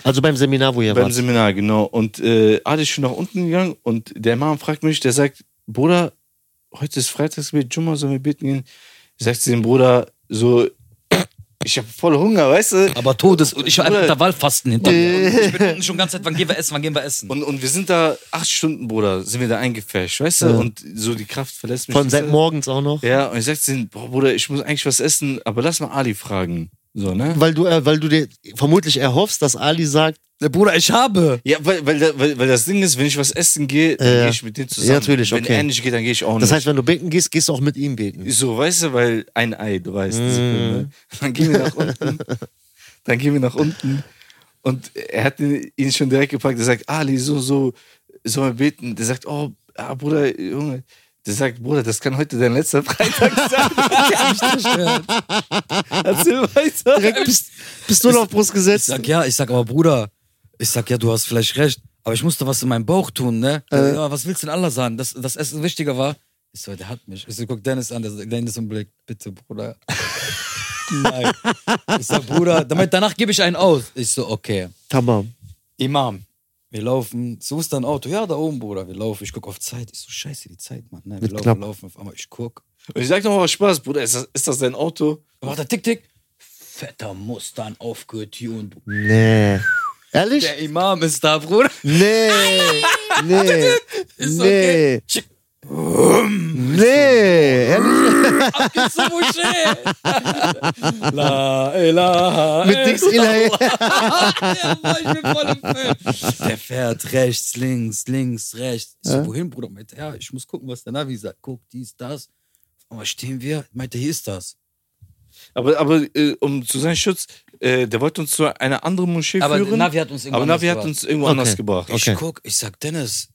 S3: Also beim Seminar, wo ihr
S1: Beim
S3: wart.
S1: Seminar, genau. Und äh, Adi ist schon nach unten gegangen und der Imam fragt mich, der sagt, Bruder, heute ist Freitagsgebet, Jumma, sollen wir beten gehen? Ich sag zu dem Bruder, so, ich habe voll Hunger, weißt du?
S2: Aber Todes, und ich habe
S1: Bruder.
S2: da Wallfasten hinter mir. Und ich bin unten schon die ganze Zeit, wann gehen wir essen, wann gehen wir essen?
S1: Und, und wir sind da acht Stunden, Bruder, sind wir da eingefärscht, weißt du?
S3: Ja.
S1: Und so die Kraft verlässt mich.
S3: Von
S1: weißt
S3: seit
S1: du?
S3: morgens auch noch.
S1: Ja, und ich sag zu ihm, boah, Bruder, ich muss eigentlich was essen, aber lass mal Ali fragen. So, ne?
S3: Weil du, äh, weil du dir vermutlich erhoffst, dass Ali sagt,
S2: Bruder, ich habe.
S1: Ja, weil, weil, da- weil, weil das Ding ist, wenn ich was essen gehe, dann
S3: Ja.
S1: gehe ich mit dem zusammen.
S3: Ja, natürlich,
S1: wenn
S3: okay.
S1: er nicht geht, dann gehe ich auch
S3: das
S1: nicht.
S3: heißt, wenn du beten gehst, gehst du auch mit ihm beten.
S1: so, weißt du, weil ein Ei, du weißt. diese
S2: Mm.
S1: Filme. Dann gehen wir nach unten. dann gehen wir nach unten. Und er hat ihn ihn schon direkt gepackt. Er sagt, Ali, so, so, soll wir beten? Der sagt, oh, ah, Bruder, Junge. Der sagt, Bruder, das kann heute dein letzter Freitag sein. Erzähl weiter.
S3: Direkt bist, bist du noch Brust
S2: Ich
S3: gesetzt.
S2: sag ja, ich sag aber Bruder, ich sag ja, du hast vielleicht recht, aber ich musste was in meinem Bauch tun, ne? Ja, was willst du denn Allah sagen, dass das Essen wichtiger war? Ich so, der hat mich. Ich so, guck Dennis an, der Dennis im Blick, bitte Bruder. Nein. Ich sag, Bruder, damit, danach gebe ich einen aus. Ich so, okay.
S3: Tamam.
S2: Imam, wir laufen, suchst dein Auto. Ja, da oben, Bruder, wir laufen. Ich guck auf Zeit. Ich so, scheiße, die Zeit, Mann. Nein, wir
S3: Wird
S2: laufen,
S3: knapp.
S2: laufen. Auf einmal, ich guck.
S1: Und ich sag nochmal aus Spaß, Bruder, ist das, ist das dein Auto?
S2: Macht er Tick-Tick. Fetter Mustang aufgetunt.
S3: Nee. Ehrlich?
S2: Der Imam ist da, Bruder.
S3: Nee. Nee.
S2: Ist
S3: Nee.
S2: okay. Schick.
S3: Nee. Ehrlich?
S2: Gehst zur Moschee. La ilaha.
S3: Mit Dings Ilay.
S2: Ja, boah, ich bin voll im Film. Der fährt rechts, links, links, rechts. Ich so, wohin, Bruder? Meinte, ja, ich muss gucken, was der Navi sagt. Guck, dies, das. Aber stehen wir? Meinte, hier ist das.
S1: Aber, aber äh, um zu seinem Schutz, äh, der wollte uns zu einer anderen Moschee
S2: Aber
S1: führen.
S2: Navi hat uns irgendwo
S1: aber Navi
S2: anders
S1: hat
S2: gebracht.
S1: uns irgendwo
S3: Okay.
S1: anders gebracht.
S3: Okay.
S2: Ich guck, ich sag, Dennis,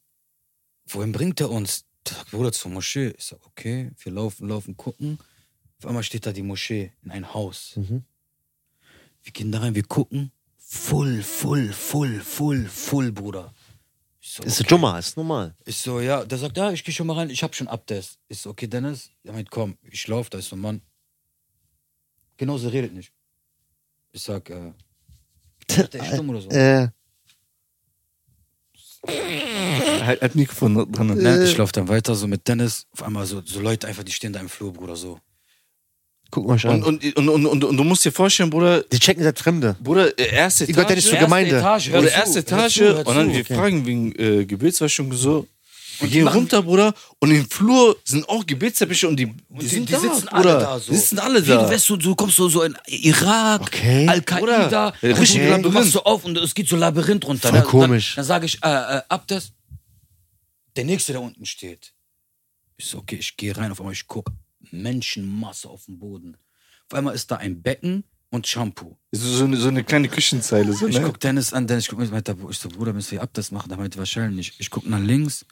S2: wohin bringt er uns? Der sagt, Bruder, zur Moschee. Ich sag, okay, wir laufen, laufen, gucken. Auf einmal steht da die Moschee in ein Haus.
S3: Mhm.
S2: Wir gehen da rein, wir gucken. Full, full, full, full, full, Bruder. Ich so,
S3: Ist der Jumma, ist normal.
S2: Ich so, ja, der sagt, ja, ich gehe schon mal rein, ich hab schon Abtest. Ich so, okay, Dennis, er meint, komm, ich lauf, da ist so ein Mann. Genauso redet nicht. Ich sag, äh, der ist stumm oder so.
S3: Äh,
S1: Halt, halt Mikrofon dran.
S2: Ne, ich lauf dann weiter so mit Dennis, auf einmal so, so Leute einfach, die stehen da im Flur, Bruder, so.
S3: guck mal schon.
S1: Und, und, und, und, und, und du musst dir vorstellen, Bruder,
S3: die checken das Fremde.
S1: Bruder, äh, erste
S3: Ich wollte nicht
S1: Etage.
S3: zur Gemeinde.
S2: Etage, hör
S1: Bruder,
S2: Ah, zu,
S1: erste
S2: hör
S1: Etage
S2: zu, hör
S1: und dann
S2: zu.
S1: wir fragen wegen äh, Gebetswäschung so. Wir
S2: die
S1: gehen
S2: machen-
S1: runter, Bruder, und im Flur sind auch Gebetsteppiche und die, die,
S2: die,
S1: sind
S2: die
S1: da,
S2: sitzen
S1: Bruder.
S2: alle da so.
S1: Die sitzen alle
S2: Wie,
S1: da.
S2: du, wärst so, du kommst so, so in Irak,
S3: Okay.
S2: Al-Qaida,
S1: Bruder, richtig
S2: und du
S1: Labyrinth.
S2: machst so auf und es geht so Labyrinth runter.
S3: Voll
S2: ne?
S3: komisch.
S2: Dann, dann sage ich, äh, äh, ab das, der Nächste, der unten steht. Ich so, okay, ich gehe rein, auf einmal ich gucke, Menschenmasse auf dem Boden. Auf einmal ist da ein Becken und Shampoo.
S1: so, so, eine, so eine kleine Küchenzeile. So,
S2: Ich
S1: ne?
S2: guck Dennis an, Dennis guckt mich, meinte, ich so, Bruder, müssen wir ab das machen? Er meinte, wahrscheinlich. Ich guck nach links.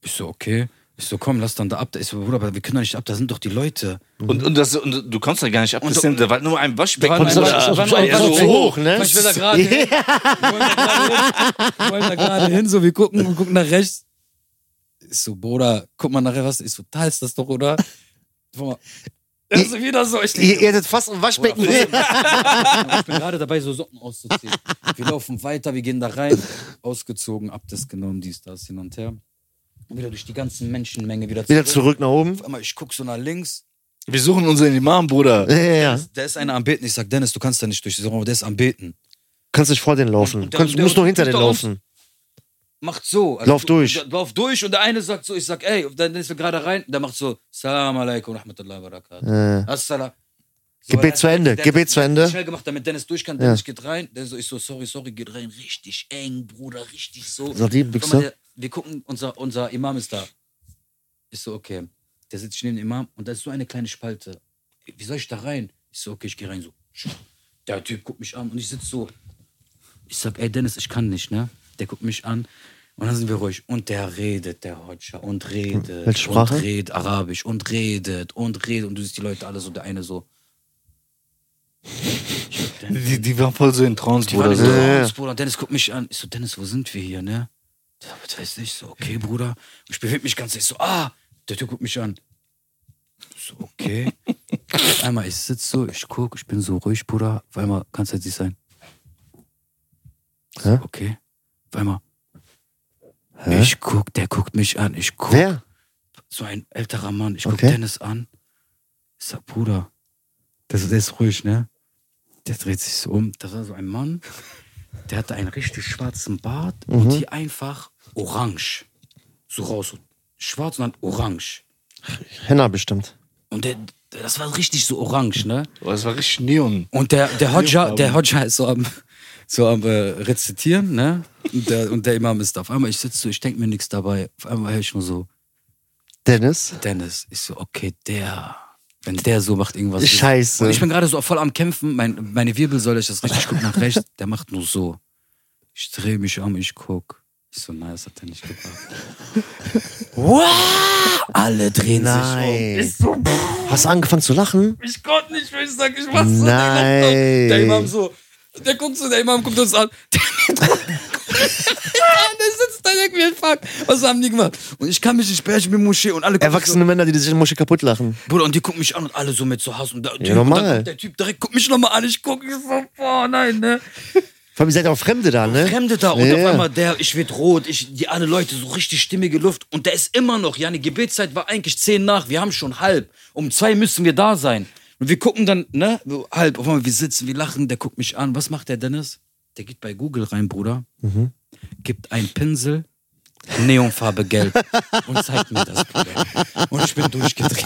S2: Ich so, okay. Ich so, komm, lass dann da ab. Ich so, Bruder, aber wir können doch nicht ab, da sind doch die Leute.
S1: Und, und, das, und du kannst da gar nicht abgestimmt, da war nur ein Waschbecken.
S2: Da war nur
S1: Bruder.
S2: ein Waschbecken.
S1: Ja,
S2: Da war nur ein
S1: so
S2: Waschbecken.
S1: hoch.
S3: ne?
S2: Ich will da gerade hin. Wir wollen da gerade hin. Wir wollen da gerade hin, so wir gucken und gucken nach rechts. Ich so, Bruder, guck mal nachher was. Ich so, da ist das doch, oder? Guck mal. Das ist wieder so. Ich
S3: Ihr, ihr seid fast im Waschbecken.
S2: Ich bin gerade dabei, so Socken auszuziehen. Wir laufen weiter, wir gehen da rein. Ausgezogen, ab das genommen, dies, das, hin und her. Und wieder durch die ganzen Menschenmenge wieder
S3: Wieder
S2: zurück.
S3: zurück nach oben.
S2: Auf einmal, ich guck so nach links.
S1: Wir suchen unseren Imam, Bruder.
S3: Ja, ja, ja.
S2: Da ist einer am Beten. Ich sag, Dennis, du kannst da nicht durch. Ich sag, aber der ist am Beten.
S3: Kannst nicht vor denen laufen.
S2: Und der-
S3: Kannst,
S2: der-
S3: musst nur hinter
S2: der-
S3: denen
S2: der-
S3: laufen.
S2: Macht so. Also,
S3: Lauf durch.
S2: du- Lauf durch. Und der eine sagt so, ich sag, ey, und dann ist er gerade rein. Der macht so, Salam alaikum, rahmatullahi wa barakatuh.
S3: Äh,
S2: Assalam. So,
S3: Gebet
S2: der-
S3: zu Ende,
S2: der-
S3: Gebet zu Ende.
S2: Schnell gemacht, damit Dennis durch kann. Dennis geht rein. Dennis so, ich so, sorry, sorry, geht rein. Richtig eng, Bruder, richtig so.
S3: Sag Äh, die
S2: Guck mal,
S3: Büchse.
S2: der, wir gucken, unser, unser Imam ist da. Ist so, okay. Der sitzt neben dem Imam und da ist so eine kleine Spalte. Wie soll ich da rein? Ich so, okay, ich gehe rein. So. Der Typ guckt mich an und ich sitze so. Ich sag, ey Dennis, ich kann nicht, ne? Der guckt mich an und dann sind wir ruhig. Und der redet, der Hodja, und redet.
S3: Hm, Welche Sprache?
S2: Und redet Arabisch und redet und redet. Und du siehst die Leute alle so, der eine so.
S1: Die, die waren voll so in Trance,
S2: Die waren
S1: Bruder. So.
S2: nicht so,
S3: Ja, ja.
S2: uns, Bruder. Und Dennis guckt mich an. Ich so, Dennis, wo sind wir hier, ne? Ja, Was weiß ich? So, okay, Bruder. Ich bewege mich ganz. Ich so, ah, der Typ guckt mich an. Ich So, okay. Auf einmal, ich sitze so, ich gucke, ich bin so ruhig, Bruder. Auf einmal, kannst halt nicht sein. Ich So,
S3: Hä?
S2: okay. Auf einmal,
S3: Hä?
S2: ich guck, der guckt mich an. Ich guck
S3: Wer?
S2: so ein älterer Mann. Ich guck
S3: Okay.
S2: Dennis an. Ich sag, Bruder, der, der ist ruhig, ne? Der dreht sich so um. Da war so ein Mann, der hatte einen richtig schwarzen Bart und hier einfach orange. So raus. so Schwarz und dann orange.
S3: Henna bestimmt.
S2: Und der, das war richtig so orange, ne?
S1: Boah, Oh, das war richtig Neon.
S2: Und der, der Hodja, der Hodja ist so am, so am äh, Rezitieren, ne? Und der, und der Imam ist da. Auf einmal, ich sitze so, ich denke mir nichts dabei. Auf einmal höre ich nur so,
S3: Dennis?
S2: Dennis. Ich so, okay, der. Wenn der so macht irgendwas. ist-
S3: Scheiße.
S2: Und ich bin gerade so voll am Kämpfen. Mein, meine Wirbelsäule, ich das richtig guck nach rechts. Der macht nur so. Ich drehe mich um, ich guck. Ich so, nein, das hat er nicht gebracht. wow! Alle drehen um.
S3: Nein. Hast du angefangen zu lachen?
S2: sich. Ich konnte nicht mehr, ich sag, ich mach's so.
S3: Nein.
S2: Der Imam so. Der guckt so, der Imam guckt uns an. der sitzt da, denkt mir, fuck, was haben die gemacht? Und ich kann mich nicht sprechen mit Moschee und alle gucken
S3: Erwachsene Männer, die sich in Moschee kaputt lachen.
S2: So, Bruder, und die gucken mich an und alle so mit so Hass. Und der, Typ-
S3: normal.
S2: Und dann, der Typ direkt guckt mich nochmal an, ich gucke so, boah, nein, ne?
S3: Vor allem, ihr seid auch Fremde da, ne?
S2: Fremde da und
S3: Ja,
S2: auf
S3: ja.
S2: einmal der, ich werd rot, ich, die alle Leute, so richtig stimmige Luft. Und der ist immer noch, ja, die Gebetszeit war eigentlich zehn nach, wir haben schon halb. Um zwei müssen wir da sein. Und wir gucken dann, ne, so halb, auf einmal, wir sitzen, wir lachen, der guckt mich an. Was macht der Dennis? Der geht bei Google rein, Bruder,
S3: Mhm.
S2: gibt einen Pinsel, Neonfarbe gelb und zeigt mir das, Bruder. Und ich bin durchgedreht.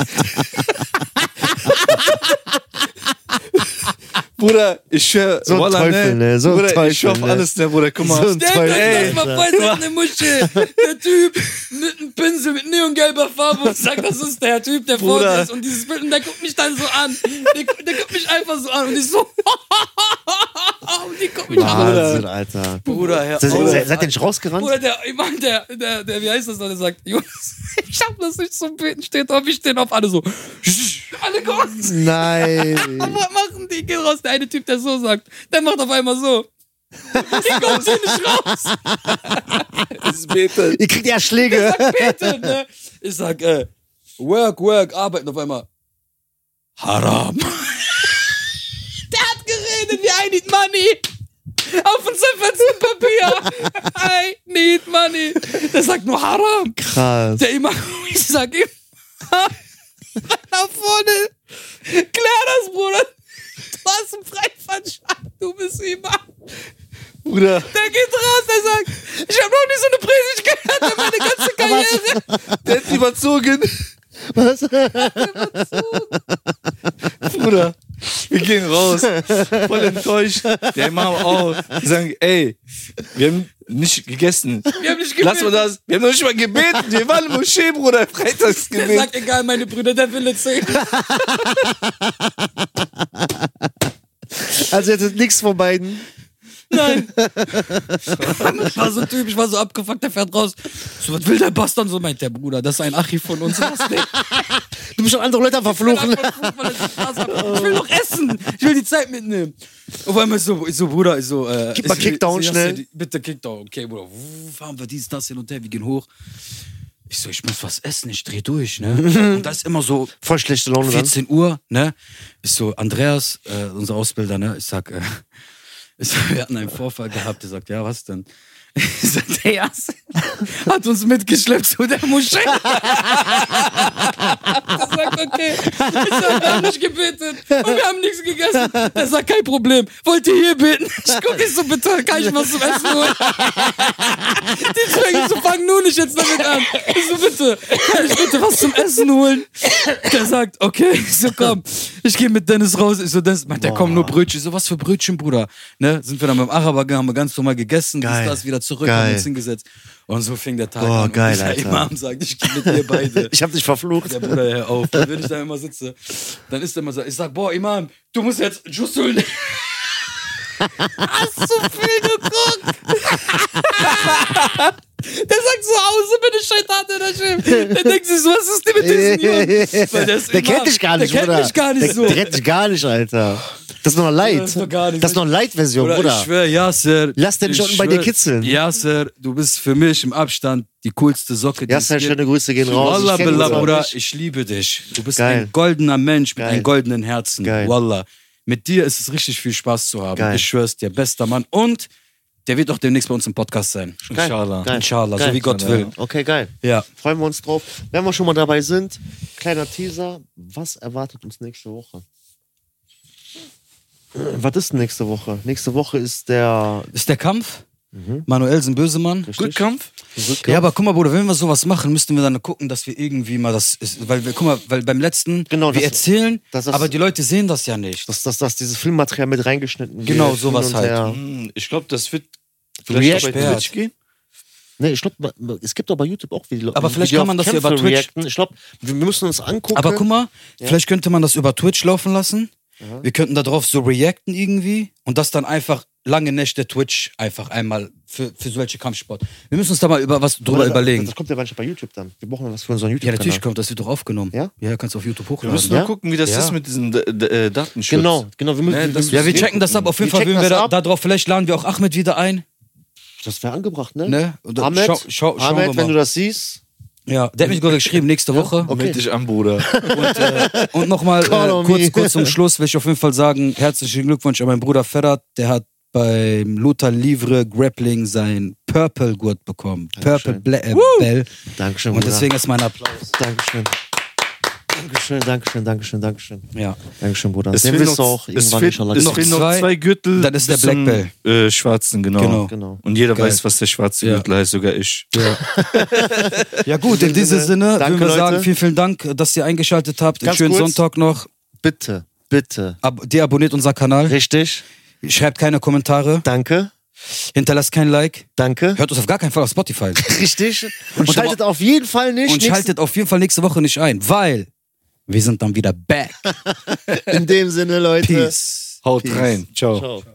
S1: Bruder, ich schwör,
S3: So ein
S1: Wallah,
S3: Teufel, ne? So ein
S1: Bruder,
S3: Teufel,
S1: ich schwör auf
S3: ne?
S1: alles, ne, Bruder, guck mal.
S3: So ein
S2: Stellt
S3: Teufel,
S2: euch das mal
S3: Alter.
S2: vor, es ist eine Muschel. Der Typ mit einem Pinsel mit neongelber Farbe und sagt, das ist der Typ, der vor
S1: Bruder.
S2: uns ist. Und dieses Bild, und der guckt mich dann so an. Der, gu- der guckt mich einfach so an und ich so. und die guckt mich an.
S3: Wahnsinn, Alter.
S2: Bruder, Herr.
S3: Se- se-
S2: Bruder,
S3: Seid ihr nicht rausgerannt?
S2: Bruder, der, ich mein, der, der, der, wie heißt das noch, der sagt, Jungs, ich hab das nicht zum Beten, steht auf, ich stehen auf, alle so, alle kommen,
S3: Nein.
S2: was machen die? Geh raus. Der eine Typ, der so sagt, der macht auf einmal so. Die kommt hier nicht raus.
S1: Es betet.
S3: ihr kriegt ja Schläge.
S2: Bitte, ne? Ich sag, äh, work, work, arbeiten auf einmal. Haram. Der hat geredet, we I need money. Auf dem zerfetzten Papier. I need money. Der sagt nur Haram.
S3: Krass.
S2: Der immer, ich sag ihm, nach vorne. Klär das, Bruder. Du hast einen Freifahrtschein, du bist immer.
S1: Bruder,
S2: Der geht raus, der sagt, ich habe noch nie so eine Predigt gehört in meiner ganzen Karriere.
S1: der hat überzogen.
S3: Was?
S1: Bruder, wir gehen raus. Voll enttäuscht. Der Imam auch. Die sagen, ey, wir haben nicht gegessen.
S2: Wir haben nicht
S1: Lass
S2: gebetet.
S1: mal das. Wir haben noch nicht mal gebeten. Wir waren im Moschee, Bruder.
S2: Der
S1: Freitagsgebet.
S2: sagt, egal, meine Brüder, der will jetzt sehen.
S3: Also jetzt ist nichts von beiden.
S2: Nein. Ich war so ein Typ, ich war so abgefuckt, der fährt raus. So, was will der Bastard? So meint der Bruder, das ist ein Achi von uns. Lass den.
S3: Du bist schon andere Leute am Verfluchen.
S2: Ich will noch essen. Ich will die Zeit mitnehmen. Auf einmal ist so, ist so Bruder, ist so. Äh,
S3: Gib mal
S2: ist-
S3: Kickdown
S2: ist- ist-
S3: schnell.
S2: ist- Bitte Kickdown. Okay, Bruder. Wuh, Fahren wir dies, das hin und her. Wir gehen hoch. Ich so, ich muss was essen. Ich dreh durch, ne? Und das ist immer so
S3: Voll schlechte Laune dann.
S2: 14 Uhr, ne? Ich so, Andreas, äh, unser Ausbilder, ne? Ich sag, äh, ich sag, wir hatten einen Vorfall gehabt. Er sagt, ja, was denn? Ich sag, der Jas hat uns mitgeschleppt zu der Moschee. Ich sag, okay. Ich sag, wir haben nicht gebetet und wir haben nichts gegessen. Er sagt, kein Problem. Wollt ihr hier beten? Ich guck, ich so, bitte, kann ich was zum Essen holen? Die Zwänge so, fang nur nicht jetzt damit an. Ich so, bitte, kann ich bitte was zum Essen holen? Der sagt, okay, ich so, komm, ich gehe mit Dennis raus. Ich so, Dennis, meint, der kommen nur Brötchen. Ich so, was für Brötchen, Bruder? Ne? Sind wir dann beim Araber gegangen, haben wir ganz normal gegessen,
S3: Geil.
S2: dies, das, wieder zurück,
S3: Geil.
S2: haben uns hingesetzt. Und so fing der Tag
S3: Boah,
S2: an. Und
S3: geil,
S2: dieser
S3: Alter.
S2: Imam sagt, ich gehe mit dir beide.
S3: Ich hab dich verflucht.
S2: Der Bruder, hör auf. Dann würde ich da immer sitzen. Dann ist er immer so, ich sag, boah, Imam, du musst jetzt Jussul nehmen. Hast du viel geguckt? Der sagt, zu Hause bin ich Scheitan, der Chef. Der denkt sich so, was ist denn mit diesem Jungen? Weil
S3: der
S2: ist Imam.
S3: kennt dich gar nicht,
S2: Der
S3: Bruder.
S2: kennt mich gar nicht
S3: der,
S2: so.
S3: Der kennt dich gar nicht, Alter. Das ist noch Light.
S2: Das ist doch gar nicht
S3: Das ist noch Light-Version,
S2: Bruder,
S3: Bruder.
S2: ich schwör, ja, Sir.
S3: Lass den
S2: Ich
S3: schon bei dir
S2: schwör,
S3: kitzeln.
S2: Ja, Sir, du bist für mich im Abstand die coolste Socke, die
S3: Ja,
S2: es
S3: Sir,
S2: gibt.
S3: schöne Grüße gehen raus.
S2: Wallah,
S3: also Ich kenn
S2: Billah,
S3: uns auch
S2: Bruder,
S3: nicht.
S2: ich liebe dich. Du bist
S3: Geil.
S2: ein goldener Mensch mit
S3: Geil.
S2: einem goldenen Herzen.
S3: Geil.
S2: Wallah. Mit dir ist es richtig viel Spaß zu haben.
S3: Geil.
S2: Ich schwör's dir, bester Mann. Und der wird auch demnächst bei uns im Podcast sein.
S3: Geil,
S1: Inshallah.
S3: geil,
S2: Inshallah,
S3: geil.
S2: so wie Gott will.
S3: Okay, geil.
S2: Ja.
S3: Freuen wir uns drauf. Wenn wir schon mal dabei sind, kleiner Teaser. Was erwartet uns nächste Woche? Was ist denn nächste Woche? Nächste Woche ist der
S2: Ist der Kampf?
S3: Mhm.
S2: Manuelsen Bösemann.
S1: Gut Kampf.
S3: Rückkampf.
S2: Ja, aber guck mal, Bruder, wenn wir sowas machen, müssten wir dann gucken, dass wir irgendwie mal das. Ist, weil wir, guck mal, weil beim letzten,
S3: Genau,
S2: wir
S3: das-
S2: erzählen,
S3: das ist-
S2: aber die Leute sehen das ja nicht.
S3: dass, dass, dass dieses Filmmaterial mit reingeschnitten wird.
S2: Genau,
S3: hin
S2: sowas
S3: und
S2: halt.
S3: her.
S1: Hm, Ich glaube, das wird vielleicht noch bei
S2: React.
S1: Twitch gehen.
S3: Nee, ich glaube, es gibt doch bei YouTube auch Videos.
S2: Aber vielleicht kann man das ja über Twitch-
S3: Ich glaube, wir müssen uns angucken.
S2: Aber guck mal, vielleicht könnte man das über Twitch laufen lassen. Wir könnten da drauf so reacten irgendwie und das dann einfach lange Nächte Twitch einfach einmal für, für solche Kampfsport. Wir müssen uns da mal über was drüber
S3: Oder da-
S2: überlegen.
S3: Das kommt ja manchmal bei YouTube dann. Wir brauchen was für unseren
S2: ja,
S3: YouTube-Kanal.
S2: natürlich kommt, das wird doch aufgenommen.
S3: Ja?
S2: ja kannst du auf YouTube
S1: Wir
S2: hochladen.
S1: müssen nur
S3: Ja?
S1: gucken, wie das
S2: Ja.
S1: ist mit diesem D- D- äh, Datenschutz.
S2: Ne,
S3: Genau, genau. Wir müssen,
S1: Nee, das-
S2: ja, wir checken das ab. Auf jeden Fall
S3: checken
S2: würden wir
S3: das
S2: da,
S3: ab.
S2: da drauf, vielleicht laden wir auch Ahmed wieder ein.
S3: Das wäre angebracht, ne?
S2: Ne? Und dann
S3: Ahmed,
S2: schau- schau- schauen wir
S3: Ahmed wenn
S2: mal.
S3: du das siehst,
S2: Ja, der hat mich sogar geschrieben, nächste Woche.
S3: Okay.
S1: Meld dich an, Bruder.
S2: Und, äh, und nochmal
S3: Call on
S2: äh,
S3: me.
S2: kurz, kurz zum Schluss will ich auf jeden Fall sagen, herzlichen Glückwunsch an meinen Bruder Ferrat, der hat beim Luther Livre Grappling sein Purple Gurt bekommen. Purple
S3: Dankeschön.
S2: Bla äh, Bell.
S3: Dankeschön,
S2: Und
S3: Bruder.
S2: deswegen ist mein Applaus.
S3: Dankeschön. Dankeschön, Dankeschön, Dankeschön, Dankeschön.
S2: Ja.
S3: Dankeschön, Bruder.
S1: Es
S3: Genau. Den
S1: fehlen
S3: wirst du
S1: noch-
S3: auch
S1: es
S3: irgendwann
S1: fehlen-
S3: inshallah
S1: Es
S2: noch
S1: fehlen noch
S2: zwei,
S1: zwei Gürtel.
S2: dann ist der
S1: bis zum,
S2: Black
S1: Äh, schwarzen, genau.
S2: Genau.
S3: Genau.
S1: Und jeder
S2: Geil.
S1: weiß, was der schwarze
S2: Ja.
S1: Gürtel heißt, sogar ich.
S2: Ja gut, in
S3: In dem
S2: diesem
S3: Sinne,
S2: Sinne würden
S3: danke,
S2: wir sagen,
S3: Leute.
S2: vielen, vielen Dank, dass ihr eingeschaltet habt.
S3: Ganz
S2: Schönen
S3: kurz.
S2: Sonntag noch.
S3: Bitte, bitte.
S2: Ab deabonniert unser Kanal.
S3: Richtig.
S2: Schreibt keine Kommentare.
S3: Danke,
S2: Hinterlasst kein Like.
S3: danke.
S2: Hört uns auf gar keinen Fall auf Spotify.
S3: Richtig. Und,
S2: Und
S3: schaltet auf jeden Fall nicht
S2: Und
S3: nächsten-
S2: schaltet auf jeden Fall nächste Woche nicht ein, weil wir sind dann wieder back.
S3: in dem Sinne, Leute.
S2: Peace.
S1: Haut
S3: Peace.
S1: rein. Ciao.
S3: Ciao.